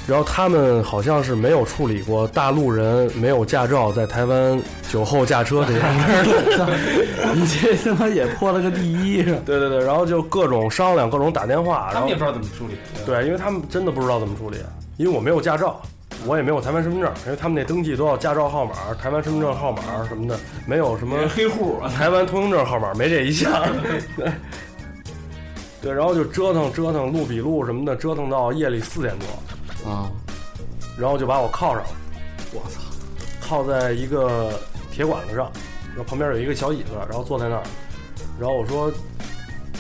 然后他们好像是没有处理过大陆人没有驾照在台湾酒后驾车这件事儿。
你这他妈也破了个第一是吧？
对对对，然后就各种商量，各种打电话，然
他们
后
也不知道怎么处理。吧，
对，因为他们真的不知道怎么处理，因为我没有驾照，我也没有台湾身份证，因为他们那登记都要驾照号码、台湾身份证号码什么的，没有什么
黑户啊，
台湾通行证号码没这一项。 对对，然后就折腾折腾录笔录什么的，折腾到夜里四点多，
啊，
然后就把我铐上了，我操，铐在一个铁管子上，然后旁边有一个小椅子，然后坐在那儿，然后我说，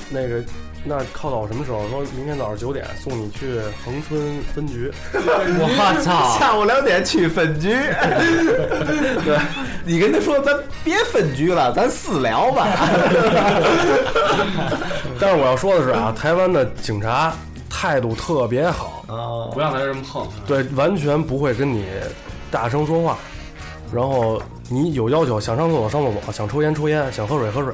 那个，那铐到我什么时候？说明天早上九点送你去恒春分局。
我 操，
下午两点去分 局。对，你跟他说咱别分局了，咱私聊吧。
但是我要说的是啊，台湾的警察态度特别好，
不嗯要在这儿这么横。
对，完全不会跟你大声说话，然后你有要求，想上厕所上厕所，想抽烟抽烟，想喝水喝水，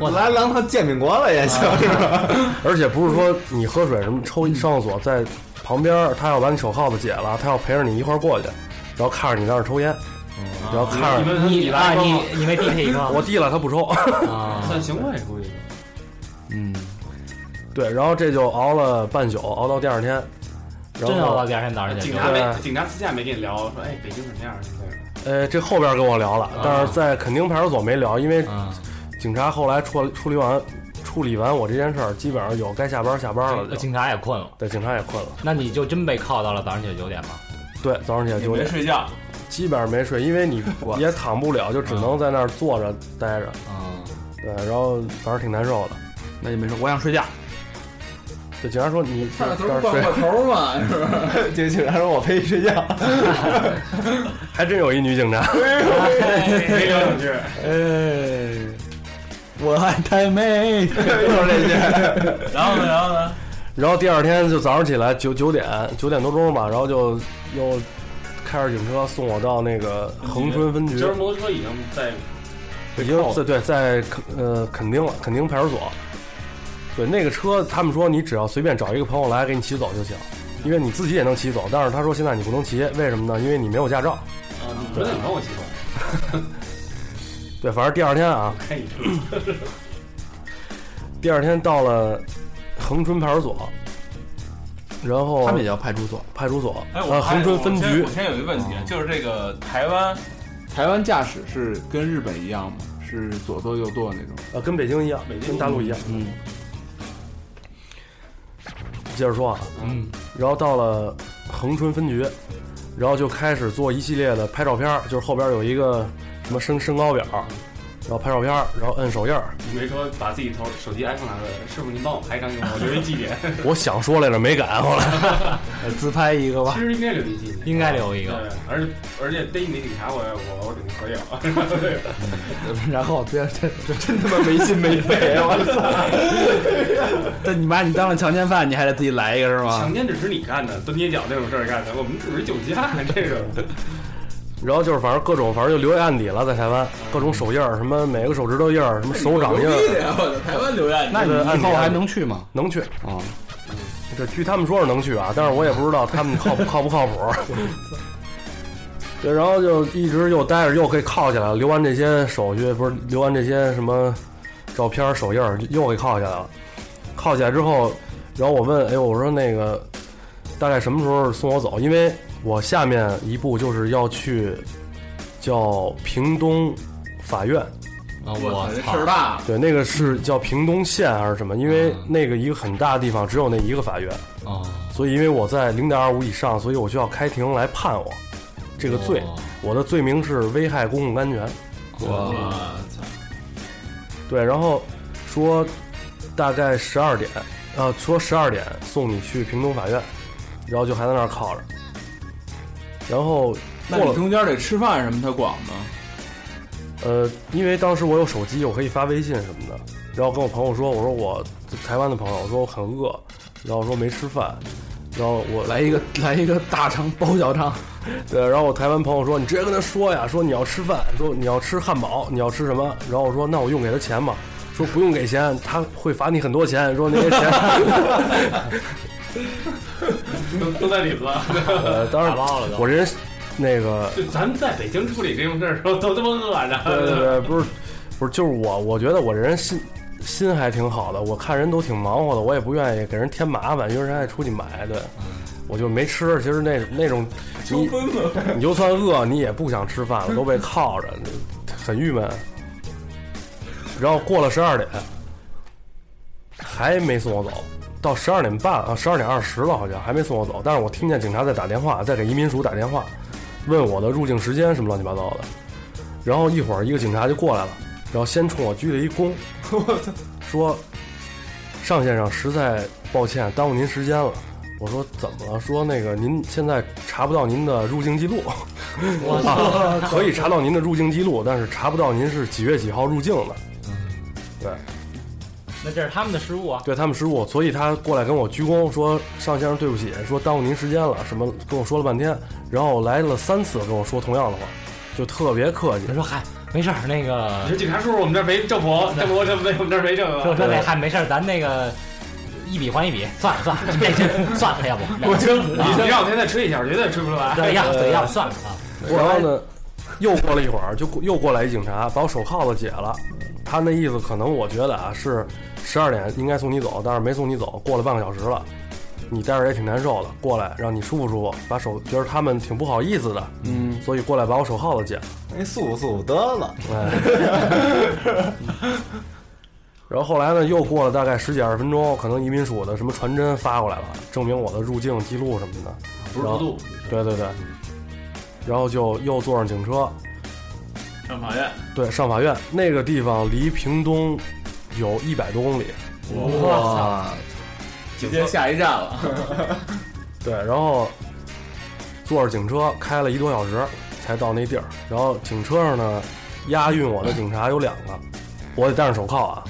我来两趟煎饼果子也行，是吧？
而且不是说你喝水什么抽上厕所在旁边儿，他要把你手铐子解了，他要陪着你一块儿过去，然后看着你在那儿抽烟，然后看着
你问他
你啊
来帮
你
我
你为地铁一 个
我递了他不收，
啊，
算行贿估计。
嗯，
对，然后这就熬了半宿，熬到第二天，
真啊
然
熬
后
到第二天早上去
警
了。
察没
对
警察私下没跟你聊说，哎，北京怎么样？现在
呃，这后边跟我聊了，但是在垦丁派出所没聊，因为
啊，
警察后来处处理完处理完我这件事儿，基本上有该下班下班了
呃
警
就。
警察也困了，
对，警察也困了。
那你就真被铐到了早上起来九点吗？
对，早上起来
你
九
没
点，
睡觉，啊
基本上没睡，因为你也躺不了，就只能在那儿坐着待着。
嗯，
对，然后反正挺难受的。
那就没事，我想睡觉。
对，警察说你
上
这
来头
儿
换
睡，
过头嘛，是不是？
这警察说我陪你睡觉， 哎
还真有一女警察。哎
没聊两句，
我爱太妹，
然后呢，然后呢？
然后第二天就早上起来九九点九点多钟吧，然后就又开着警车送我到那个恒春分局
今，儿摩托车已经在
已经在对在垦呃垦丁了，垦丁派出所。对，那个车他们说你只要随便找一个朋友来给你骑走就行，因为你自己也能骑走，但是他说现在你不能骑，为什么呢？因为你没有驾照。
啊，你说你帮我洗头，
对，反正第二天啊，
哎
开你车，
第二天到了恒春派出所，然后
他们也叫派出所。
派出所，
哎，
呃
我
恒春分
我先
局
我，先有一个问题，就是这个台湾，台湾驾驶是跟日本一样吗？是左舵右舵那种？
呃跟北京一样，
北京
跟大陆一样。
嗯，
接着说啊，
嗯，
然后到了恒春分局，然后就开始做一系列的拍照片儿，就是后边有一个什么身身高表，然后拍照片儿，然后摁手印儿。
你没说把自己头手机 iPhone 拿出来，师傅您帮我拍张给我，我留一纪念。
我想说来着，没敢，后来
自拍一个吧
其。实应该留一纪念。
应该留一
对
个。，
而且而且逮你那警察，我我我肯定合影。
然后别这，
他妈没心没肺，
啊
我操！
这你妈你当了强奸犯，你还得自己来一个是
啊
吗
强？奸只是你干的，蹲捏脚那种事儿干的，我们只是酒驾这种。
然后就是反正各种，反正就留下案底了，在台湾各种手印儿，什么每个手指头印儿，什么手掌印
牛逼的
儿，
呀！我操，台湾留下你
那你
这个
以
按
后
理
还
按
能去吗？
能去。
啊，
这据他们说是能去啊，但是我也不知道他们靠不靠不靠谱。 对，然后就一直又待着，又给铐起来了。留完这些手续，不是留完这些什么照片、手印儿，又给铐起来了。铐起来之后，然后我问，哎呦，我说那个大概什么时候送我走？因为我下面一步就是要去叫屏东法院，
啊，
我操，这
我
事儿
操！
大了。
对，那个是叫屏东县还是什么？因为
嗯
那个一个很大的地方只有那一个法院。
哦，
所以因为我在零点二五以上，所以我就要开庭来判我这个罪。
哦
我的罪名是危害公共安全。
我
对，然后说大概十二点，呃，说十二点送你去屏东法院，然后就还在那儿铐着。然后
那
过
你
了，
中间得吃饭什么，他管吗？
呃，因为当时我有手机，我可以发微信什么的。然后跟我朋友说，我说我台湾的朋友，我说我很饿，然后说没吃饭，然后我
来一个来一个大肠包小肠，
对，呃然后我台湾朋友说，你直接跟他说呀，说你要吃饭，说你要吃汉堡，你要吃什么？然后我说，那我用给他钱吧，说不用给钱，他会罚你很多钱，说那些钱，
都 都在里头了。
呃，当然
打包了都
我这人那个，
就咱们在北京处理这种事儿的时候，都他妈饿
对对
着。
对，不是不是，就是我，我觉得我这人心心还挺好的，我看人都挺忙活的，我也不愿意给人添麻烦，因为人爱出去买，对。
嗯
我就没吃，其实那那种你你就算饿，你也不想吃饭了，都被铐着，很郁闷。然后过了十二点，还没送我走，到十二点半啊，十二点二十了好像还没送我走，但是我听见警察在打电话，在给移民署打电话，问我的入境时间什么乱七八糟的。然后一会儿一个警察就过来了，然后先冲我鞠了一躬，说：“尚先生，实在抱歉耽误您时间了。”我说：“怎么了？”说那个您现在查不到您的入境记录，
我操！
可以查到您的入境记录，但是查不到您是几月几号入境的。
那这是他们的失误啊！
对他们失误，所以他过来跟我鞠躬说：“尚先生，对不起，说耽误您时间了。”什么跟我说了半天，然后来了三次跟我说同样的话，就特别客气
他。说嗨，没事儿，那个
你说警察叔叔，我 们这儿没政 府，政府这没我们这儿没政
说
府。啊
说那嗨，没事儿，咱那个一笔还一笔，算了算了，这这算了，要 不啊
啊我听，你你让我现在吹一下，我绝对吹不出来。
对要对要算了啊！
然后呢，又过了一会儿，就过又过来一警察，把我手铐子解了。他那意思可能我觉得啊是十二点应该送你走，但是没送你走，过了半个小时了，你待着也挺难受的，过来让你舒服舒服，把手觉得他们挺不好意思的，嗯，所以过来把我手铐子解了。
那哎素素得了，
然后后来呢，又过了大概十几二十分钟，可能移民署的什么传真发过来了，证明我的入境记录什么的。
不是不录，
对对对，然后就又坐上警车，
上法院，
对，上法院那个地方离屏东有一百多公里，
哇，
直接下一站了。
对，然后坐着警车开了一多小时才到那地儿，然后警车上呢押运我的警察有两个，我得戴上手铐啊，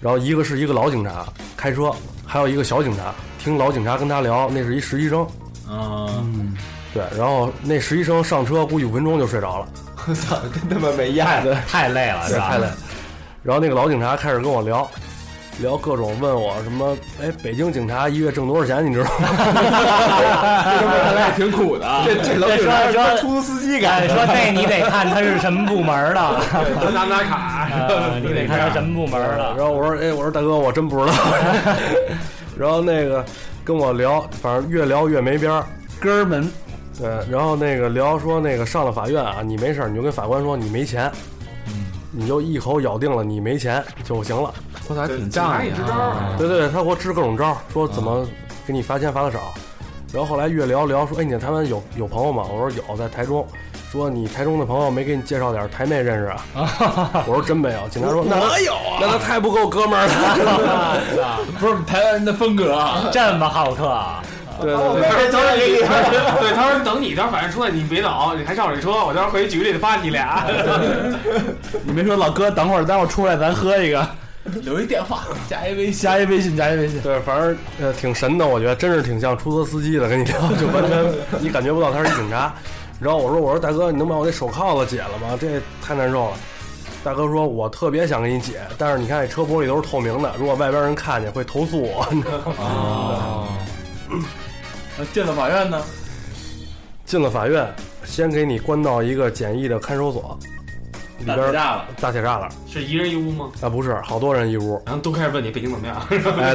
然后一个是一个老警察开车，还有一个小警察，听老警察跟他聊，那是一实习生，
嗯，
对，然后那实习生上车估计五分钟就睡着了。
我操，真他妈没样
太太累了，是
对，
吧？
太累。了。然后那个老警察开始跟我聊，聊各种问我什么，哎，北京警察一月挣多少钱，你知道吗？
看来也挺苦的啊。
这老警察是他妈出租司机干
哎，
的，
说那你得看他是什么部门的，
拿拿卡，
呃你得看他什么部门
啊
然
的。
后我说，哎，我说大哥，我真不知道。 然后那个跟我聊，反正越聊越没边儿。
哥儿们，
对，然后那个聊说那个上了法院啊，你没事儿，你就跟法官说你没钱，
嗯
你就一口咬定了你没钱就行了。
我操，还挺
拿
仗
你
义
支
啊。
招啊，
对对，对，他给我支各种招儿，说怎
啊
么给你罚钱罚的少。然后后来越聊聊说，哎，你在台湾有有朋友吗？我说有，在台中。说你台中的朋友没给你介绍点台妹认识 啊？我说真没有。警察说那我有啊，那他太不够哥们儿了。
不是台湾人的风格啊，
这么好客啊，
对
我
对
没人教给你。
对，他说等你到法院出来，你别走，你还上我这车，我到时候回局里头发你俩。
你没说老哥，等会儿待会儿出来咱喝一个，
留一电话，加一微信。
加一微信，加一微信。
对，反正呃挺神的，我觉得真是挺像出租车司机的，跟你聊就完全你感觉不到他是警察。然后我说我说大哥，你能把我那手铐子解了吗？这太难受了。大哥说，我特别想给你解，但是你看这车玻璃都是透明的，如果外边人看见会投诉我。你知道 吗
哦那进了法院呢，
进了法院，先给你关到一个简易的看守所，里
打架
边
了，
大铁栅栏
是一人一屋吗？。
啊，不是好多人一屋
然后都开始问你北京怎么样。
哎，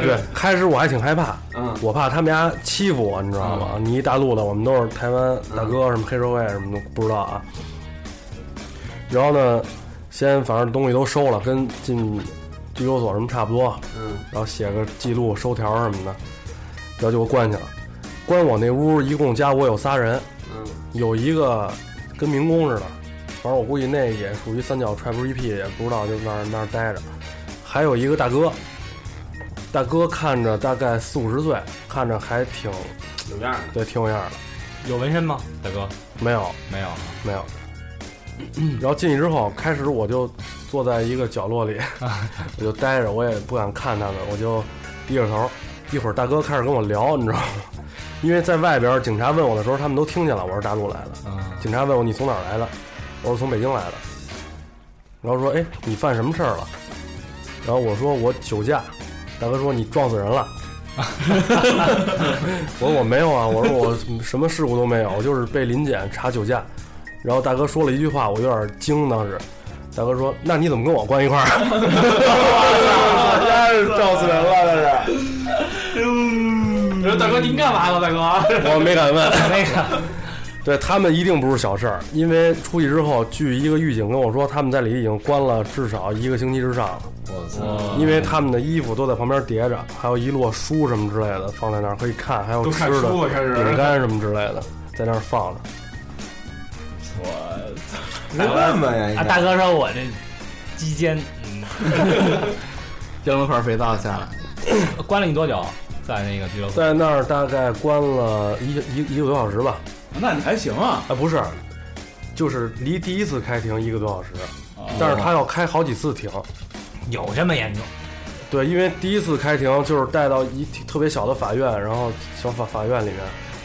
对，开始我还挺害怕，
嗯，
我怕他们家欺负我，你知道吗？你一大陆的，我们都是台湾大哥，什么黑社会什么的，不知道啊。然后呢，先反正东西都收了，跟进拘留所什么差不多，
嗯，
然后写个记录、收条什么的，然后就给我关去了。关我那屋一共加我有仨人，
嗯，
有一个跟民工似的，反正我估计那也属于三脚踹不出一屁，也不知道就那儿那儿待着。还有一个大哥，大哥看着大概四五十岁，看着还挺
有样儿的。
对，挺有样儿的。
有纹身吗，大哥？
没有，
没有。啊
没有。然后进去之后，开始我就坐在一个角落 里，我就待着，我也不敢看他们，我就低着头。一会儿大哥开始跟我聊，你知道吗？ 因为在外边，警察问我的时候，他们都听见了，我是大陆来的。
嗯，
警察问我你从哪儿来的，我说从北京来的。然后说，哎，你犯什么事儿了？然后我说我酒驾。大哥说你撞死人了。我说我没有啊，我说我什么事故都没有，我就是被临检查酒驾。然后大哥说了一句话，我有点惊，当时。大哥说：“那你怎么跟我关一块儿？”
撞死人了，这是。
我说大哥您干嘛呢？大哥，
我没敢问。
啊那个
对他们一定不是小事儿，因为出去之后，据一个狱警跟我说，他们在里已经关了至少一个星期之上了。
我操！
因为他们的衣服都在旁边叠着，还有一摞书什么之类的放在那儿可以看，还有
都看
吃的
书了开始
饼干什么之类的在那儿放着。
你问问呀，应
啊，
该
大哥说我这鸡奸，
扔了块肥皂下来，
嗯关了你多久？在那个拘留所？
在那儿大概关了一个一一个多小时吧，
那你还行啊。
啊不是，就是离第一次开庭一个多小时，
哦
但是他要开好几次庭。
有这么严重？
对，因为第一次开庭就是带到一特别小的法院，然后小法法院里面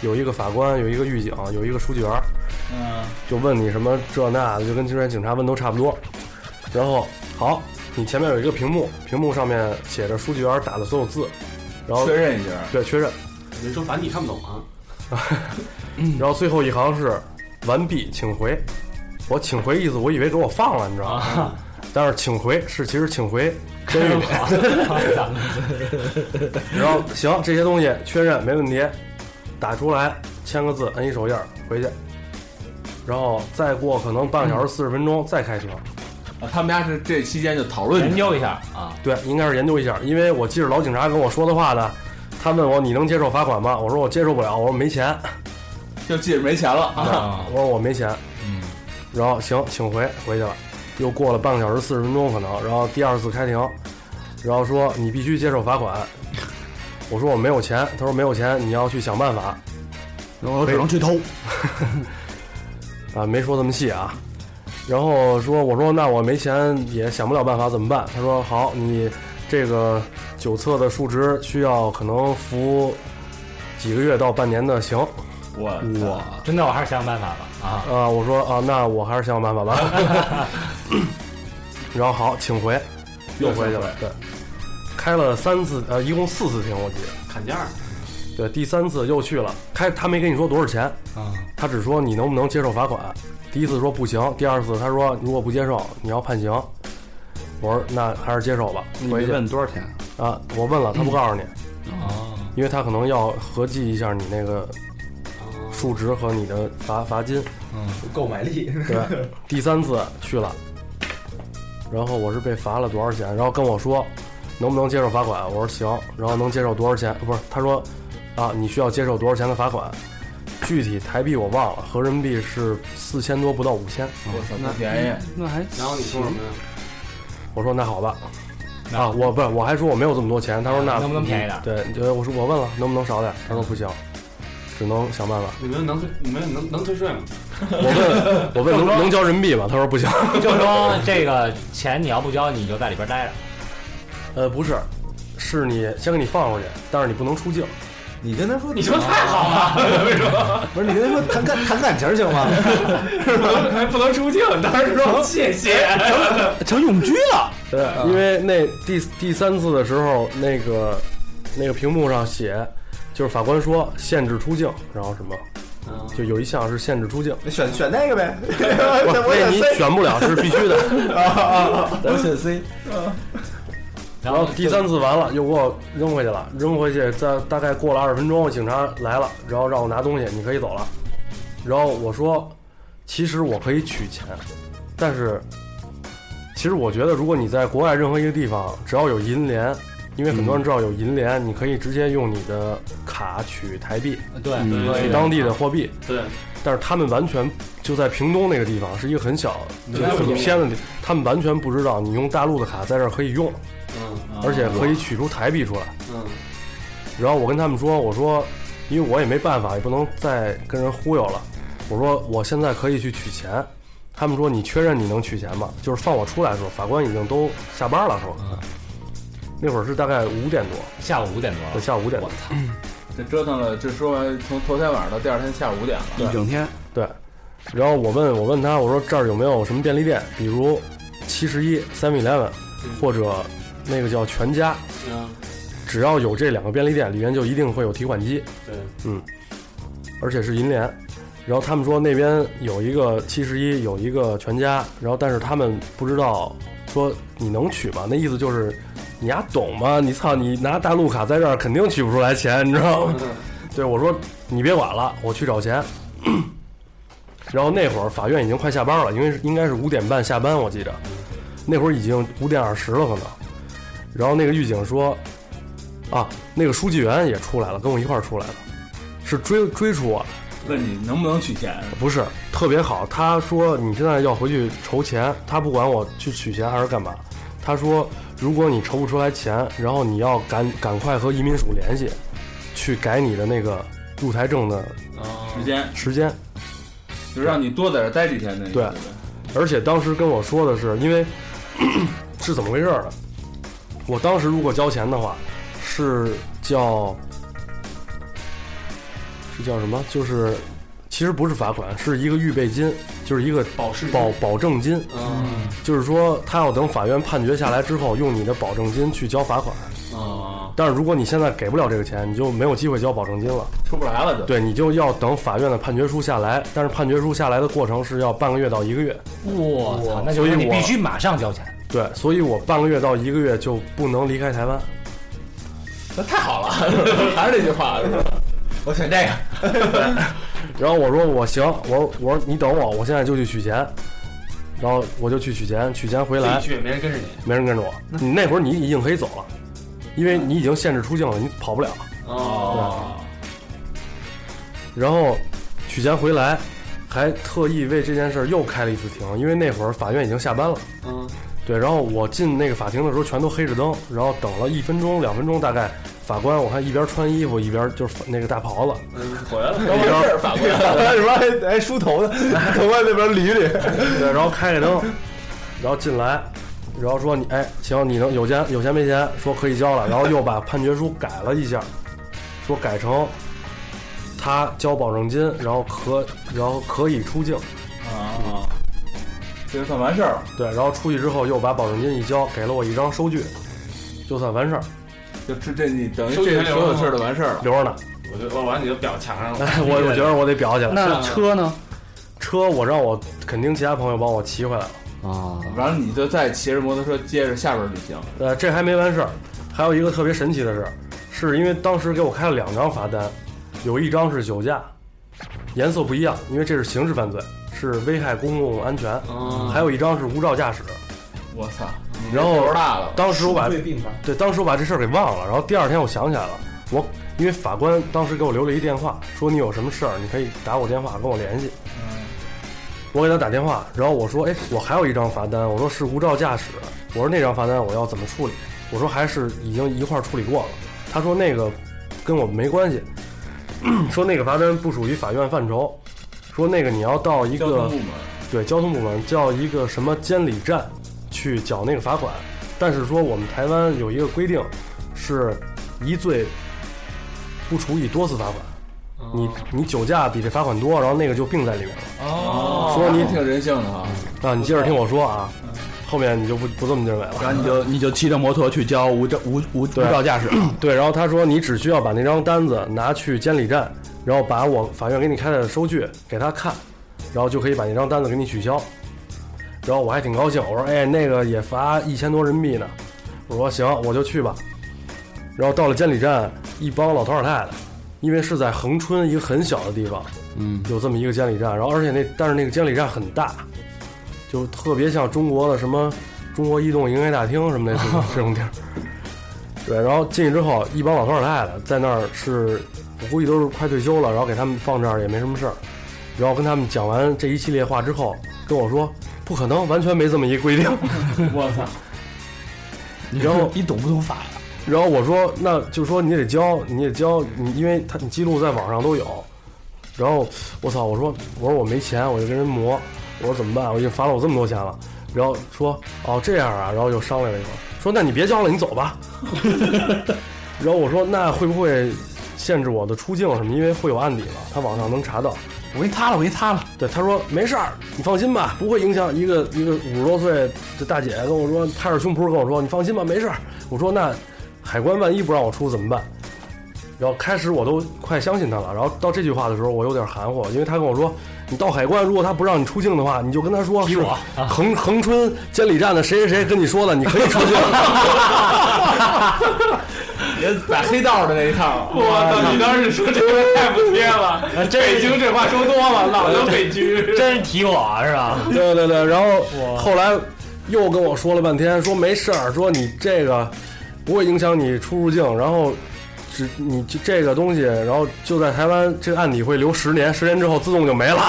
有一个法官，有一个狱警，有一个书记员，
嗯，
就问你什么这那的，就跟今天警察问都差不多。然后好，你前面有一个屏幕，屏幕上面写着书记员打的所有字，然后
确认一下，
对确认，
人说反正你看不懂啊。
然后最后一行是完毕，请回。我请回意思，我以为给我放了，你知道吗？但是请回是其实请回真语。然后行，这些东西确认没问题，打出来签个字，摁一手印儿回去，然后再过可能半个小时四十分钟再开庭。
啊他们家是这期间就讨论
研究一下啊，
对，应该是研究一下，因为我记着老警察跟我说的话呢，他问我你能接受罚款吗？我说我接受不了，我说没钱，
就记着没钱了啊。
啊
我说我没钱，嗯，然后行，请回回去了，又过了半个小时四十分钟可能，然后第二次开庭，然后说你必须接受罚款，我说我没有钱，他说没有钱你要去想办法，
我只能去偷。
啊，没说这么细啊。然后说，我说那我没钱也想不了办法，怎么办？他说好，你这个酒测的数值需要可能服几个月到半年的刑。
我
我
真的我还是想想办法吧啊，
啊，我说啊，那我还是想想办法吧。然后好，请回，又回去了。对，开了三次，呃，一共四次庭，我记得。
砍价儿，
对，第三次又去了，开他没跟你说多少钱
啊，
他只说你能不能接受罚款。第一次说不行，第二次他说如果不接受你要判刑。我说那还是接受吧，
你
回
没
去
问多少钱？
啊，我问了，他不告诉你，
哦，
因为他可能要合计一下你那个数值和你的罚罚金。
购买力，
对，第三次去了，然后我是被罚了多少钱，然后跟我说能不能接受罚款，我说行，然后能接受多少钱？不是，他说啊，你需要接受多少钱的罚款？具体台币我忘了，合人民币是四千多不到五千。
我操，不便宜。
那还
然后你说什么呀？
我说那好吧，啊，我不是，我还说我没有这么多钱。他说那
能不能便宜点儿
对，对，我说我问了能不能少点儿，他说不行，只能想办法。
你们能退，你们能能退税吗？
我问我问 能能交人民币吗？他说不行。
啊就是说这个钱你要不交，你就在里边待着。
呃，不是，是你先给你放回去，但是你不能出境。
你跟他说，
你说太好了，
不是你跟他说谈感谈感情行吗？
不能还不能出境，当时说谢谢。
成永居了。
对，因为那第第三次的时候，那个那个屏幕上写，就是法官说限制出境，然后什么，
嗯
就有一项是限制出境，
你选选那个呗，
不是
那哎我
那
选
你
C，
选不了是必须的。
我选 C，
然
然后
后
第三次完了，又给我扔回去了，扔回去，再大概过了二十分钟，警察来了，然后让我拿东西，你可以走了。然后我说，其实我可以取钱，但是，其实我觉得，如果你在国外任何一个地方，只要有银联，因为很多人知道有银联，你可以直接用你的卡取台币，
对
嗯
取
对
当地的货币。
对，
但是他们完全就在屏东那个地方，是一个很小、
明
就是
白
很
我
偏的地，他们完全不知道你用大陆的卡在这儿可以用，
嗯
而且可以取出台币出来。
嗯，
然后我跟他们说，我说，因为我也没办法，也不能再跟人忽悠了。我说我现在可以去取钱。他们说你确认你能取钱吗？就是放我出来的时候，法官已经都下班了，是吧？那会儿是大概五点多，
下午五点多
就
了，
下午五点多。
这折腾了，这说完从头天晚上到第二天下午五点了。
一整天，
对。然后我问我问他，我说这儿有没有什么便利店，比如七十一、Seven Eleven，或者那个叫全家，
嗯，
只要有这两个便利店，里面就一定会有提款机。嗯
对，
而且是银联。然后他们说那边有一个七十一，有一个全家，然后但是他们不知道说你能取吗？那意思就是你丫懂吗？你操，你拿大陆卡在这儿肯定取不出来钱，你知道吗？对我说你别管了，我去找钱。 然后那会儿法院已经快下班了，因为是应该是五点半下班，我记着，那会儿已经五点二十了可能。然后那个狱警说，啊，那个书记员也出来了，跟我一块儿出来了，是追追出我的。
问你能不能取钱？
不是特别好。他说你现在要回去筹钱，他不管我去取钱还是干嘛。他说如果你筹不出来钱，然后你要赶赶快和移民署联系，去改你的那个入台证的
时间
时间。
就是让你多在这儿待几天的意思。
对而且当时跟我说的是，因为 是怎么回事儿呢？我当时如果交钱的话，是叫是叫什么？就是其实不是罚款，是一个预备金，就是一个
保释金
保保证金。
嗯
就是说他要等法院判决下来之后，用你的保证金去交罚款。
嗯
哦
啊，
但是如果你现在给不了这个钱，你就没有机会交保证金了。
出不来了就。
对你就要等法院的判决书下来，但是判决书下来的过程是要半个月到一个月。
我操，那就
所以
是你
我
必须马上交钱。
对，所以我半个月到一个月就不能离开台湾。
那太好了， 还是那句话，是吧
我选这个。
然后我说我行，我说我说你等我，我现在就去取钱。然后我就去取钱，取钱回
自己
来
去没人跟着你
没人跟着我。你那会儿你已经可以走了，因为你已经限制出境了，你跑不了。
哦，
然后取钱回来，还特意为这件事儿又开了一次庭，因为那会儿法院已经下班了。
嗯，
对，然后我进那个法庭的时候全都黑着灯，然后等了一分钟、两分钟，大概法官我看一边穿衣服一边就是那个大袍子，
嗯回来了，
一边
反过来。
什么还还梳头呢？头发那边捋捋。
对，然后开着灯，然后进来，然后说你哎行，你能有钱有钱没钱？说可以交了，然后又把判决书改了一下，说改成他交保证金，然后可然后可以出境。
啊，这就算完事儿了，
对，然后出去之后又把保证金一交，给了我一张收据，就算完事儿，
就这这你等于
收起
这
来了
所有事儿都完事儿了。
留着呢。
我就我完你就表墙上了，
哎，我我觉得我得裱起来。
那车呢？
车我让我肯定其他朋友帮我骑回来了。
啊，
完了，你就再骑着摩托车接着下边旅行。
呃，这还没完事儿，还有一个特别神奇的事儿，是因为当时给我开了两张罚单，有一张是酒驾，颜色不一样，因为这是刑事犯罪，是危害公共安全；
哦
还有一张是无照驾驶。
我操，你
然后
头大了，
当时我把
并发。
对，当时我把这事儿给忘了，然后第二天我想起来了，我因为法官当时给我留了一电话，说你有什么事儿，你可以打我电话跟我联系。
嗯
我给他打电话，然后我说，哎，我还有一张罚单，我说是无照驾驶，我说那张罚单我要怎么处理？我说还是已经一块儿处理过了。他说那个跟我们没关系， 说那个罚单不属于法院范畴，说那个你要到一
交通
个
部门
对交通部门叫一个什么监理站去缴那个罚款，但是说我们台湾有一个规定，是一罪不处以多次罚款。你你酒驾比这罚款多，然后那个就并在里面了
哦
说你
挺人性的哈，
嗯
啊！你接着听我说啊，后面你就不不这么认为了。
然后你就你就骑着摩托去交无照无无无
对
照驾驶，
对，然后他说你只需要把那张单子拿去监理站，然后把我法院给你开的收据给他看，然后就可以把那张单子给你取消。然后我还挺高兴，我说哎，那个也罚一千多人民币呢，我说行，我就去吧。然后到了监理站，一帮老头老太太，因为是在恒春一个很小的地方，
嗯，
有这么一个监理站，然后而且那但是那个监理站很大，就特别像中国的什么中国移动营业大厅什么的这种这种地儿。对，然后进去之后，一帮老头老太太在那儿是，我估计都是快退休了，然后给他们放这儿也没什么事儿，然后跟他们讲完这一系列话之后，跟我说不可能，完全没这么一规定。
我操，
然后
你懂不懂法呀？
然后我说，那就说你得交，你得交，你因为他你记录在网上都有。然后我操，我说我说我没钱，我就跟人磨，我说怎么办？我已经罚了我这么多钱了。然后说哦这样啊，然后又商量了一会儿，说那你别交了，你走吧。 然后我说那会不会限制我的出境什么？因为会有案底嘛，他网上能查到。
我给你擦了，我给你擦了。
对，他说没事儿，你放心吧，不会影响一个一个五十多岁的大姐跟我说，拍着胸脯跟我说，你放心吧，没事儿。我说那海关万一不让我出怎么办？然后开始我都快相信他了，然后到这句话的时候我有点含糊，因为他跟我说，你到海关如果他不让你出境的话，你就跟他说是我恒恒春监理站的谁谁谁跟你说的，你可以出境。
别摆黑道的那一套。
我操！你当时说这个太不贴 了，北京这话说多了，老能被拘。
真是提我是吧？
对对对，然后后来又跟我说了半天，说没事儿，说你这个不会影响你出入境，然后只你这这个东西，然后就在台湾这个案底会留十年，十年之后自动就没了。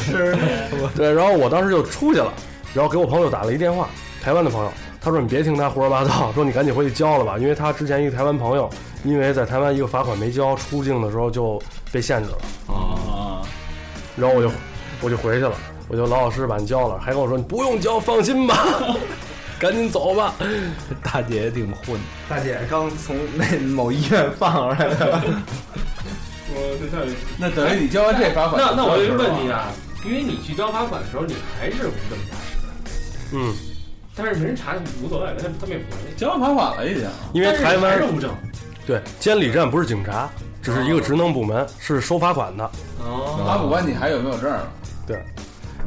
对，然后我当时就出去了，然后给我朋友打了一电话，台湾的朋友，他说你别听他胡说八道，说你赶紧回去交了吧，因为他之前一个台湾朋友，因为在台湾一个罚款没交，出境的时候就被限制了。
啊，
然后我就我就回去了，我就老老实实把你交了，还跟我说你不用交，放心吧， 赶紧走吧。
大姐也挺混，
大姐刚从那某医院放出来的，
我这太
那等于你交完这罚款，
那那我就问你，啊，因为你去交罚款的时候，你还是无证驾驶，
嗯，
但是没人查无所谓了，他他们也不会。
交完罚款了已经。
因为
但是
台
还是
湾
无证。
对监理站不是警察，只是一个职能部门，是收罚款的。
哦，
他不管你还有没有证儿了，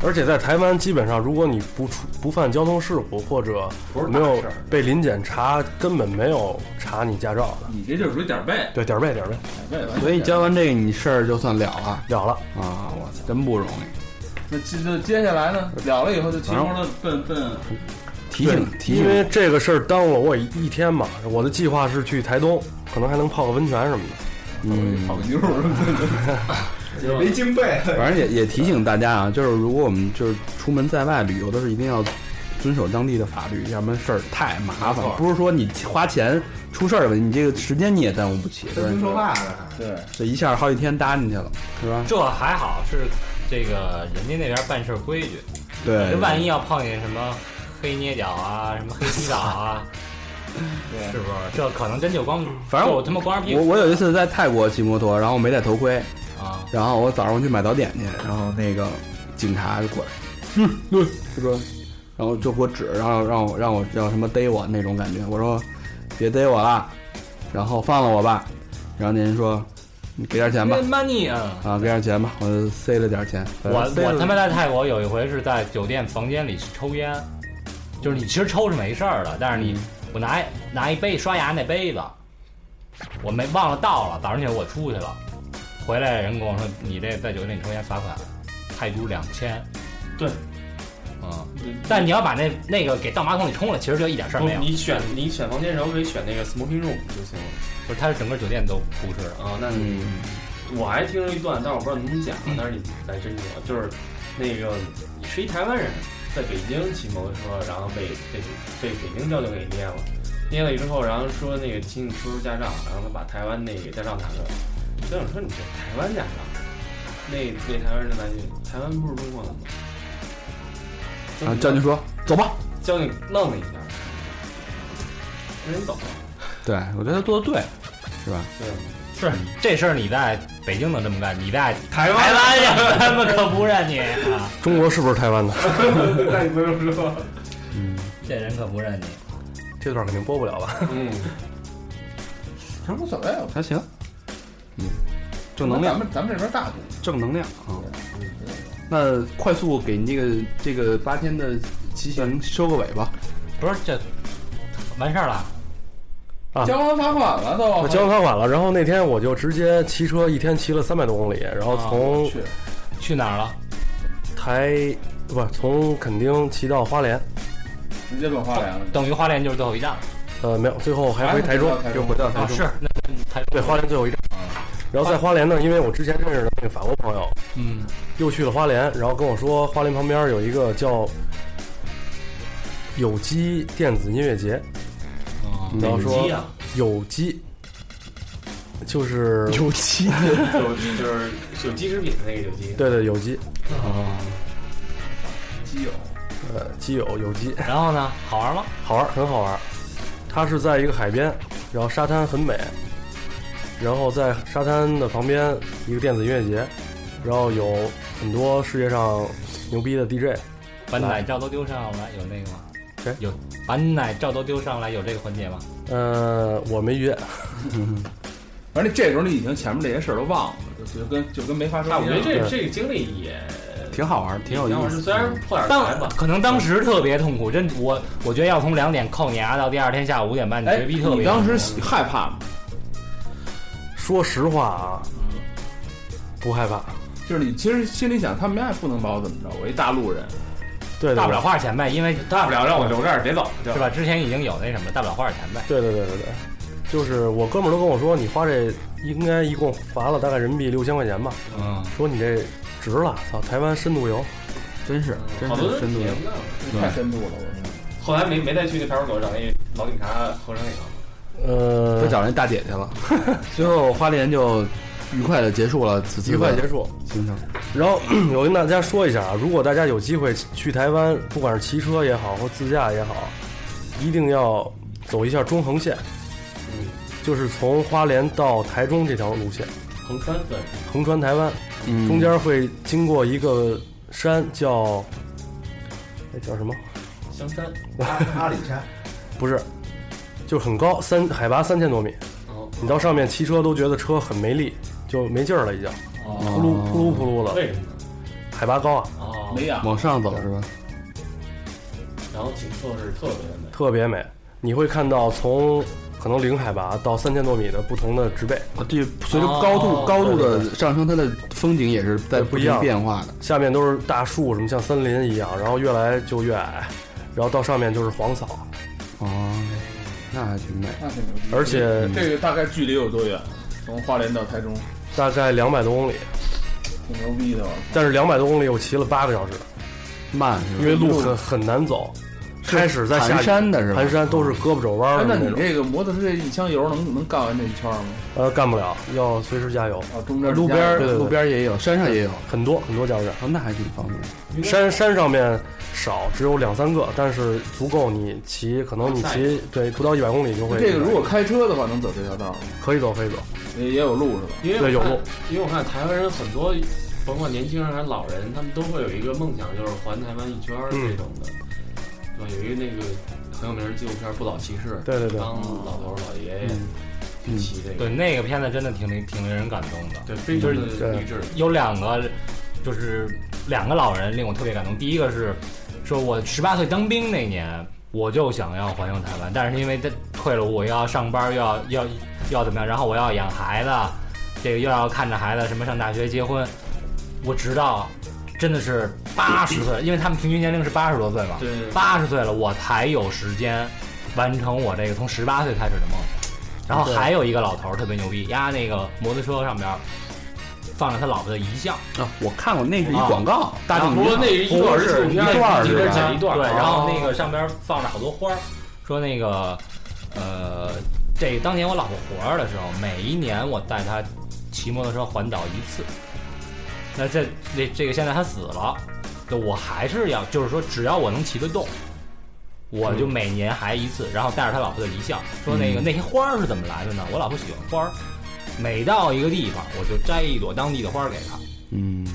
而且在台湾，基本上如果你不出不犯交通事故或者
不是
没
大
有
事儿。
被临检查，根本没有查你驾照的。
你这就是属于点儿背，
对，点儿背点儿背
点儿背完全
所以交完这个，你事儿就算了
了
了
了。
啊！我操，真不容易。
那接那接下来呢？了了以后就骑摩托奔奔
提醒
对
提
因
醒，
为这个事儿耽误了我一一天嘛。我的计划是去台东，可能还能泡个温泉什么的。
嗯，
泡个妞儿什么的。
没经费，
反正也也提醒大家啊，就是如果我们就是出门在外旅游的时候，一定要遵守当地的法律，要不然事儿太麻烦
没错。
不是说你花钱出事儿了，你这个时间你也耽误不起，对吧？
说话的，
对，
这一下好几天搭进去了，是吧？
这还好是这个人家那边办事规矩，
对
这，万一要碰见什么黑捏脚啊，什么黑洗澡 啊，
对
是不是？这可能真就光，
反正
就他妈光着屁
我
股
我有一次在泰国骑摩托，然后我没戴头盔，
啊，
然后我早上我去买早点去，然后那个警察就过来，嗯，对，就说，然后就给我指，然后让我让我要什么逮我那种感觉。我说别逮我了，然后放了我吧。然后那人说你给点钱吧
那，money 啊。
啊，给点钱吧，我就塞了点钱。
我
塞了
我他妈在泰国有一回是在酒店房间里抽烟，就是你其实抽是没事儿的，但是你我拿拿一杯刷牙那杯子，我没忘了倒了，早上起来我出去了，回来人跟我说你这在酒店里抽烟罚款，泰铢两千。
对，
嗯，
对
但你要把那那个给倒马桶里冲了，其实就一点事儿
不
没有，
你选你选房间的时候可以选那个 smoking room 就行了。
不是，它是整个酒店都布置的。
啊，那你、
嗯
我还听说一段，但是我不知道能不能讲，但是你来斟酌。就是那个你是一台湾人，在北京骑摩托车，然后被被被北京交警给捏了，捏了之后，然后说那个请你出示驾照，然后他把台湾那个驾照拿出来，交警说你这台湾驾照，那那台湾人就来一句，台湾不是中国的吗？
啊，教练说走吧。
交警愣了一下，人走了，
对，我觉得他做的对，
对吗？
是嗯这事儿你在北京能这么干，你在台湾台湾人他们可不认你啊，
中国是不是台湾的？
那你不用说，
这人可不认你。
这段肯定播不了吧？
嗯，
其实无所谓，
还行，嗯，正能量。
咱们咱们这边大度，
正能量啊。
嗯
那快速给你这个这个八天的骑行收个尾吧。
不是这完事儿了，
交完罚款了都。
我交完罚款了，然后那天我就直接骑车，一天骑了三百多公里，然后从
去
去哪儿了？
台不从垦丁骑到花莲，
直接奔花莲了，
等于花莲就是最后一站了
呃，没有，最后还回台中
还回到台中
又回到台
啊！
中。
是那台
对，花莲最后一站。然后在花莲呢，因为我之前认识的那个法国朋友，
嗯，
又去了花莲，然后跟我说花莲旁边有一个叫有机电子音乐节，
嗯
然后说
鸡啊，
有机就是
有期
有就是有机食品的那个有 机，
对对有机
基友。
呃基友有机
然后呢？好玩吗？
好玩很好玩，它是在一个海边，然后沙滩很美，然后在沙滩的旁边一个电子音乐节，然后有很多世界上牛逼的 DJ，
把奶罩都丢上来，有那个吗？
谁
有把奶罩都丢上来，有这个环节吗？
呃我没约，
而且这时候你已经前面这些事儿都忘了，就就跟就跟没发生
啊那我
一
觉得
样。
这这个经历也
挺好玩，挺有意思。
虽然破点
当
财吧，
可能当时特别痛苦，真我我觉得要从两点扣你牙到第二天下午五点半，你
哎，
绝逼特
你
别。
当时喜害怕吗？
说实话啊，不害怕，
就是你其实心里想，他们家也不能把我怎么着，我一大陆人，
对对
大不
对
了花点钱呗，因为
大不了让我留这儿，别走，对
是？吧？之前已经有那什么，大不了花点钱呗。
对对对对对，就是我哥们儿都跟我说，你花这应该一共罚了大概人民币六千块钱吧，
嗯，
说你这值了，操，台湾深度游，
真是真
好多
是
人
深度
体
游
验。不到。
对
太深度了，我
后来没没再去那派出所找那老警察合成那
呃
都，找那大姐去了， 最后花莲就愉快的结束了此次
愉快结束。
行程。
然后 我跟大家说一下啊，如果大家有机会去台湾，不管是骑车也好或自驾也好，一定要走一下中横线，就是从花莲到台中这条路线，
个横穿对，
横穿台湾。
嗯，
中间会经过一个山叫，哎叫什么？
香山，
阿阿里山，
不是，就很高，三海拔三千多米，
哦，
你到上面骑车都觉得车很没力，就没劲儿了，已经
哦，
扑噜扑噜扑噜了。
为什么呢？
海拔高啊，
哦，
没氧，
往上走是吧？
然后景色是特别的美，
特别美。你会看到从可能零海拔到三千多米的不同的植被，
哦
啊这随着高度
哦
高度的上升，它的风景也是在
对
不
不一
停
样
变化的。
下面都是大树，什么像森林一样，然后越来就越矮，然后到上面就是黄草，
哦，那还挺美。
那挺牛逼
而且
这个大概距离有多远？从花莲到台中，
大概两百多公里。
挺牛逼的。我操
但是两百多公里我骑了八个小时，
慢是吧？
嗯
因为路很很难走。开始在下
盘
雨
山的是吧？哦
盘山都是胳膊肘弯
哎
儿
那
的
你
种，
这个摩托车这一箱油能能干完这一圈吗？
呃，干不了，要随时加油，
啊，中间
路边儿
加油
对对对
路边儿也有，山上也有。
很多很多加油站。
哦，那还挺方便。
山山上面少，只有两三个，但是足够你骑，可能你骑对不到一百公里就会。
这个如果开车的话，能走这条道吗？
可以走，可以走，
也也有路是吧？
因为
对有
我看
路，
因为我看台湾人很多，甭管年轻人还是老人，他们都会有一个梦想，就是环台湾一圈儿
嗯
这种的，对吧？有一个那个很有名的纪录片《不老骑士》，
对嗯对对
哦
嗯
当老头儿老爷爷去骑这
对，
个，
那个片子真的挺令挺令人感动的。
对，非常的
对
励志，
有两个，就是两个老人令我特别感动。第一个是说，我十八岁当兵那年，我就想要环游台湾，但是因为这退了伍，我又要上班，又要要要怎么样，然后我要养孩子，这个又要看着孩子什么上大学、结婚，我直到真的是八十岁，因为他们平均年龄是八十多岁嘛，
对对
八十岁了，我才有时间完成我这个从十八岁开始的梦想。然后还有一个老头儿特别牛逼，压那个摩托车上边儿放着他老婆的遗像，
啊，我看过，那是一
啊
广告，大
对。
众
不过那是一段儿纪录片
一段儿
一
是
个
吧
人讲一段儿，
对，然后那
哦
个上边儿放着好多花儿，说那个呃，这当年我老婆活着的时候，每一年我带她骑摩托车环岛一次。那这这这个现在她死了，就我还是要，就是说只要我能骑得动，我就每年还一次，然后带着他老婆的遗像，说那
嗯
个那些花儿是怎么来的呢？我老婆喜欢花儿，每到一个地方我就摘一朵当地的花儿给她。
嗯，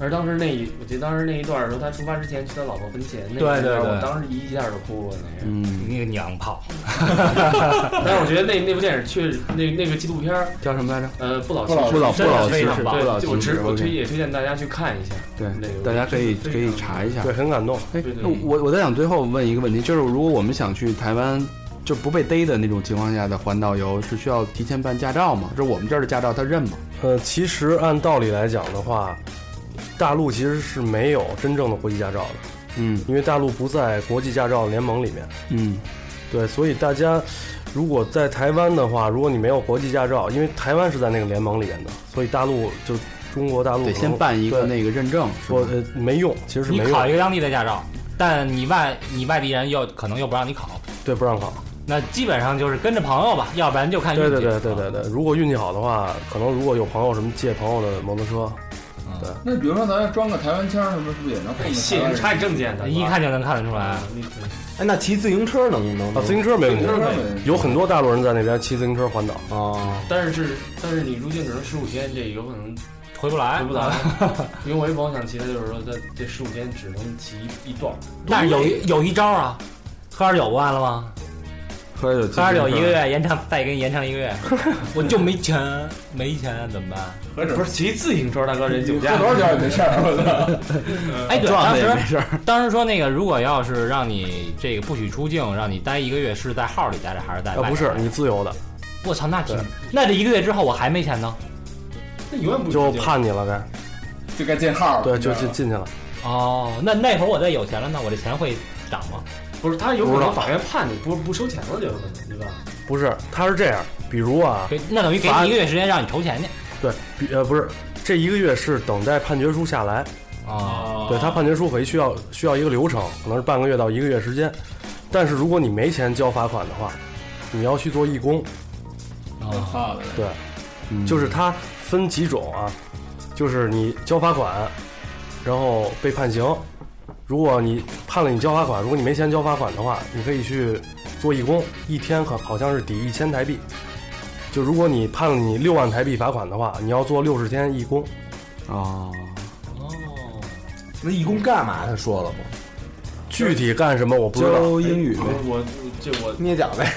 而当时那一，我记得当时那一段儿的时候，他出发之前去他老婆坟前，那
对对
段儿
对
我当时一下就哭了那个。
嗯，
那个娘炮，
但是我觉得那那部电影确实，那那个纪录片儿，
叫什么来着？
呃，不老
不老
骑士
不老
真的
不老
非
骑
常
士
棒
不老
对我
骑士
推我
OK
推也推荐大家去看一下。
对
那个，
大家可以
非常
可以查一下
对，。很感动。
哎
对对，
那
对
我我在想最后问一个问题，就是如果我们想去台湾，就不被逮的那种情况下的环岛游，是需要提前办驾照吗？就是我们这儿的驾照他认吗？
呃，其实按道理来讲的话，大陆其实是没有真正的国际驾照的，
嗯
因为大陆不在国际驾照联盟里面。
嗯
对，所以大家如果在台湾的话，如果你没有国际驾照，因为台湾是在那个联盟里面的，所以大陆就中国大陆
得
可
先
能
办一个
对
那个认证，是
我
吧？
呃没用，其实是
你
没
考一个
用，
当地的驾照，但你外你外地人又可能又不让你考，
对，不让考。
那基本上就是跟着朋友吧，要不然就看运
对
气。啊
对对对对对，如果运气好的话，可能如果有朋友什么借朋友的摩托车，
那比如说咱装个台湾腔儿什么，是不是也能
哎
混
信
个台湾
人
人
太正见的，
一看就能看得出来
啊。，那个
哎，那骑自行车能能
嗯
啊，
能
自行车没问题
自行车没问题，
有很多大陆人在那边骑自行车环岛。
哦，
但是是但是你入境只能十五天，这有可能
回不来，
回不。来，因为我一朋友想骑，他就是说他这十五天只能骑一一段儿，
但是有一有一招啊，喝点酒不完了吗？
喝酒
喝点酒一个月延长，再给你延长一个月，我就没钱，没钱怎么办？
合着
不是骑自行车，大哥人酒驾
喝多少酒也没事儿，我操！
哎，对，
撞
当
了也没
时
事儿。
当时说那个，如果要是让你这个不许出境，让你待一个月，是在号里待着还是在外
啊，
面？
不是，你自由的，
我操，那挺，那这一个月之后我还没钱呢。
那永远不
就
入境
判你了该。
就该进号了，
对，
你知
就
道
进
吗
进去了。
哦，那那会儿我再有钱了呢，我这钱会涨吗？
啊
不是他有可
不知
能
道
法院判你不不收钱了，就有可能对吧？
不是，他是这样，比如啊，
给那等于给
罚
你一个月时间让你筹钱去。
对，比呃不是，这一个月是等待判决书下来，
哦，
对他判决书回需要需要一个流程，可能是半个月到一个月时间。但是如果你没钱交罚款的话，你要去做义工，
我操的，
对，
嗯
就是它分几种啊，就是你交罚款，然后被判刑。如果你判了你交罚款，如果你没钱交罚款的话，你可以去做义工，一天好好像是抵一千台币。就如果你判了你六万台币罚款的话，你要做六十天义工，
哦，
那义工干嘛？他说了吗？
具体干什么我不知道。
教英语呗，
我这我
捏脚呗，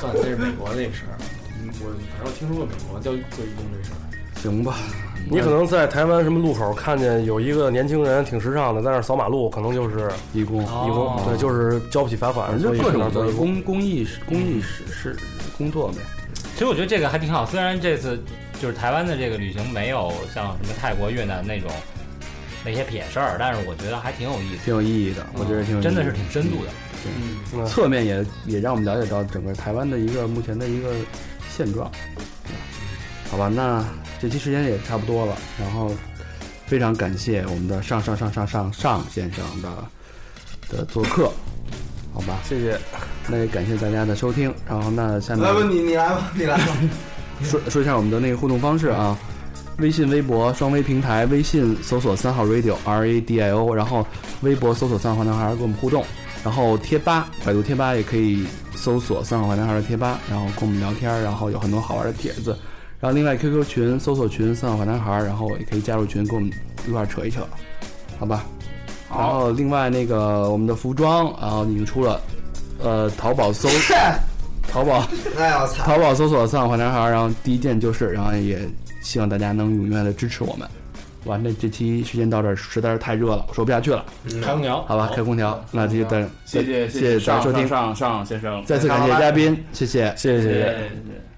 算这是美国那事儿，嗯我反正我听说过美国教做义工这事儿，
行吧？
你可能在台湾什么路口看见有一个年轻人挺时尚的，在那儿扫马路，可能就是
义工，
义工，对，就是交不起罚款，
反正
哦所以
就各
去那
种
儿做
的
义工。
公公益事公益是是工作呗。
其实我觉得这个还挺好，虽然这次就是台湾的这个旅行没有像什么泰国、越南那种那些撇事儿，但是我觉得还挺有意思，
挺有意义的，我觉得挺有意义
真的是挺深度的。
嗯
侧面也也让我们了解到整个台湾的一个目前的一个现状。好吧，那这期时间也差不多了，然后非常感谢我们的上上上上上上先生的的做客，好吧，
谢谢，
那也感谢大家的收听，然后那下面
来吧，你你来吧，你来吧。
说说一下我们的那个互动方式啊，微信、微博双微平台，微信搜索三号 radio r a d i o，然后微博搜索三号男孩儿跟我们互动，然后贴吧，百度贴吧也可以搜索三号男孩儿的贴吧，然后跟我们聊天儿，然后有很多好玩的帖子，然后另外 QQ 群搜索群三好男孩儿，然后也可以加入群跟我们一块儿扯一扯，好吧？然后另外那个我们的服装，然后已经出了，呃，淘宝搜淘宝。
哎呀，我操！
淘宝搜索“三好坏男孩”，然后第一件就是，然后也希望大家能踊跃的支持我们。完了，这期时间到这儿，实在是太热了，我说不下去了，
开空调
好吧，开空调。那这就再
谢谢
谢谢
上
大家收
上
听，
上上先生，
再次感谢嘉宾，谢谢。
谢谢，谢
谢
谢。
谢。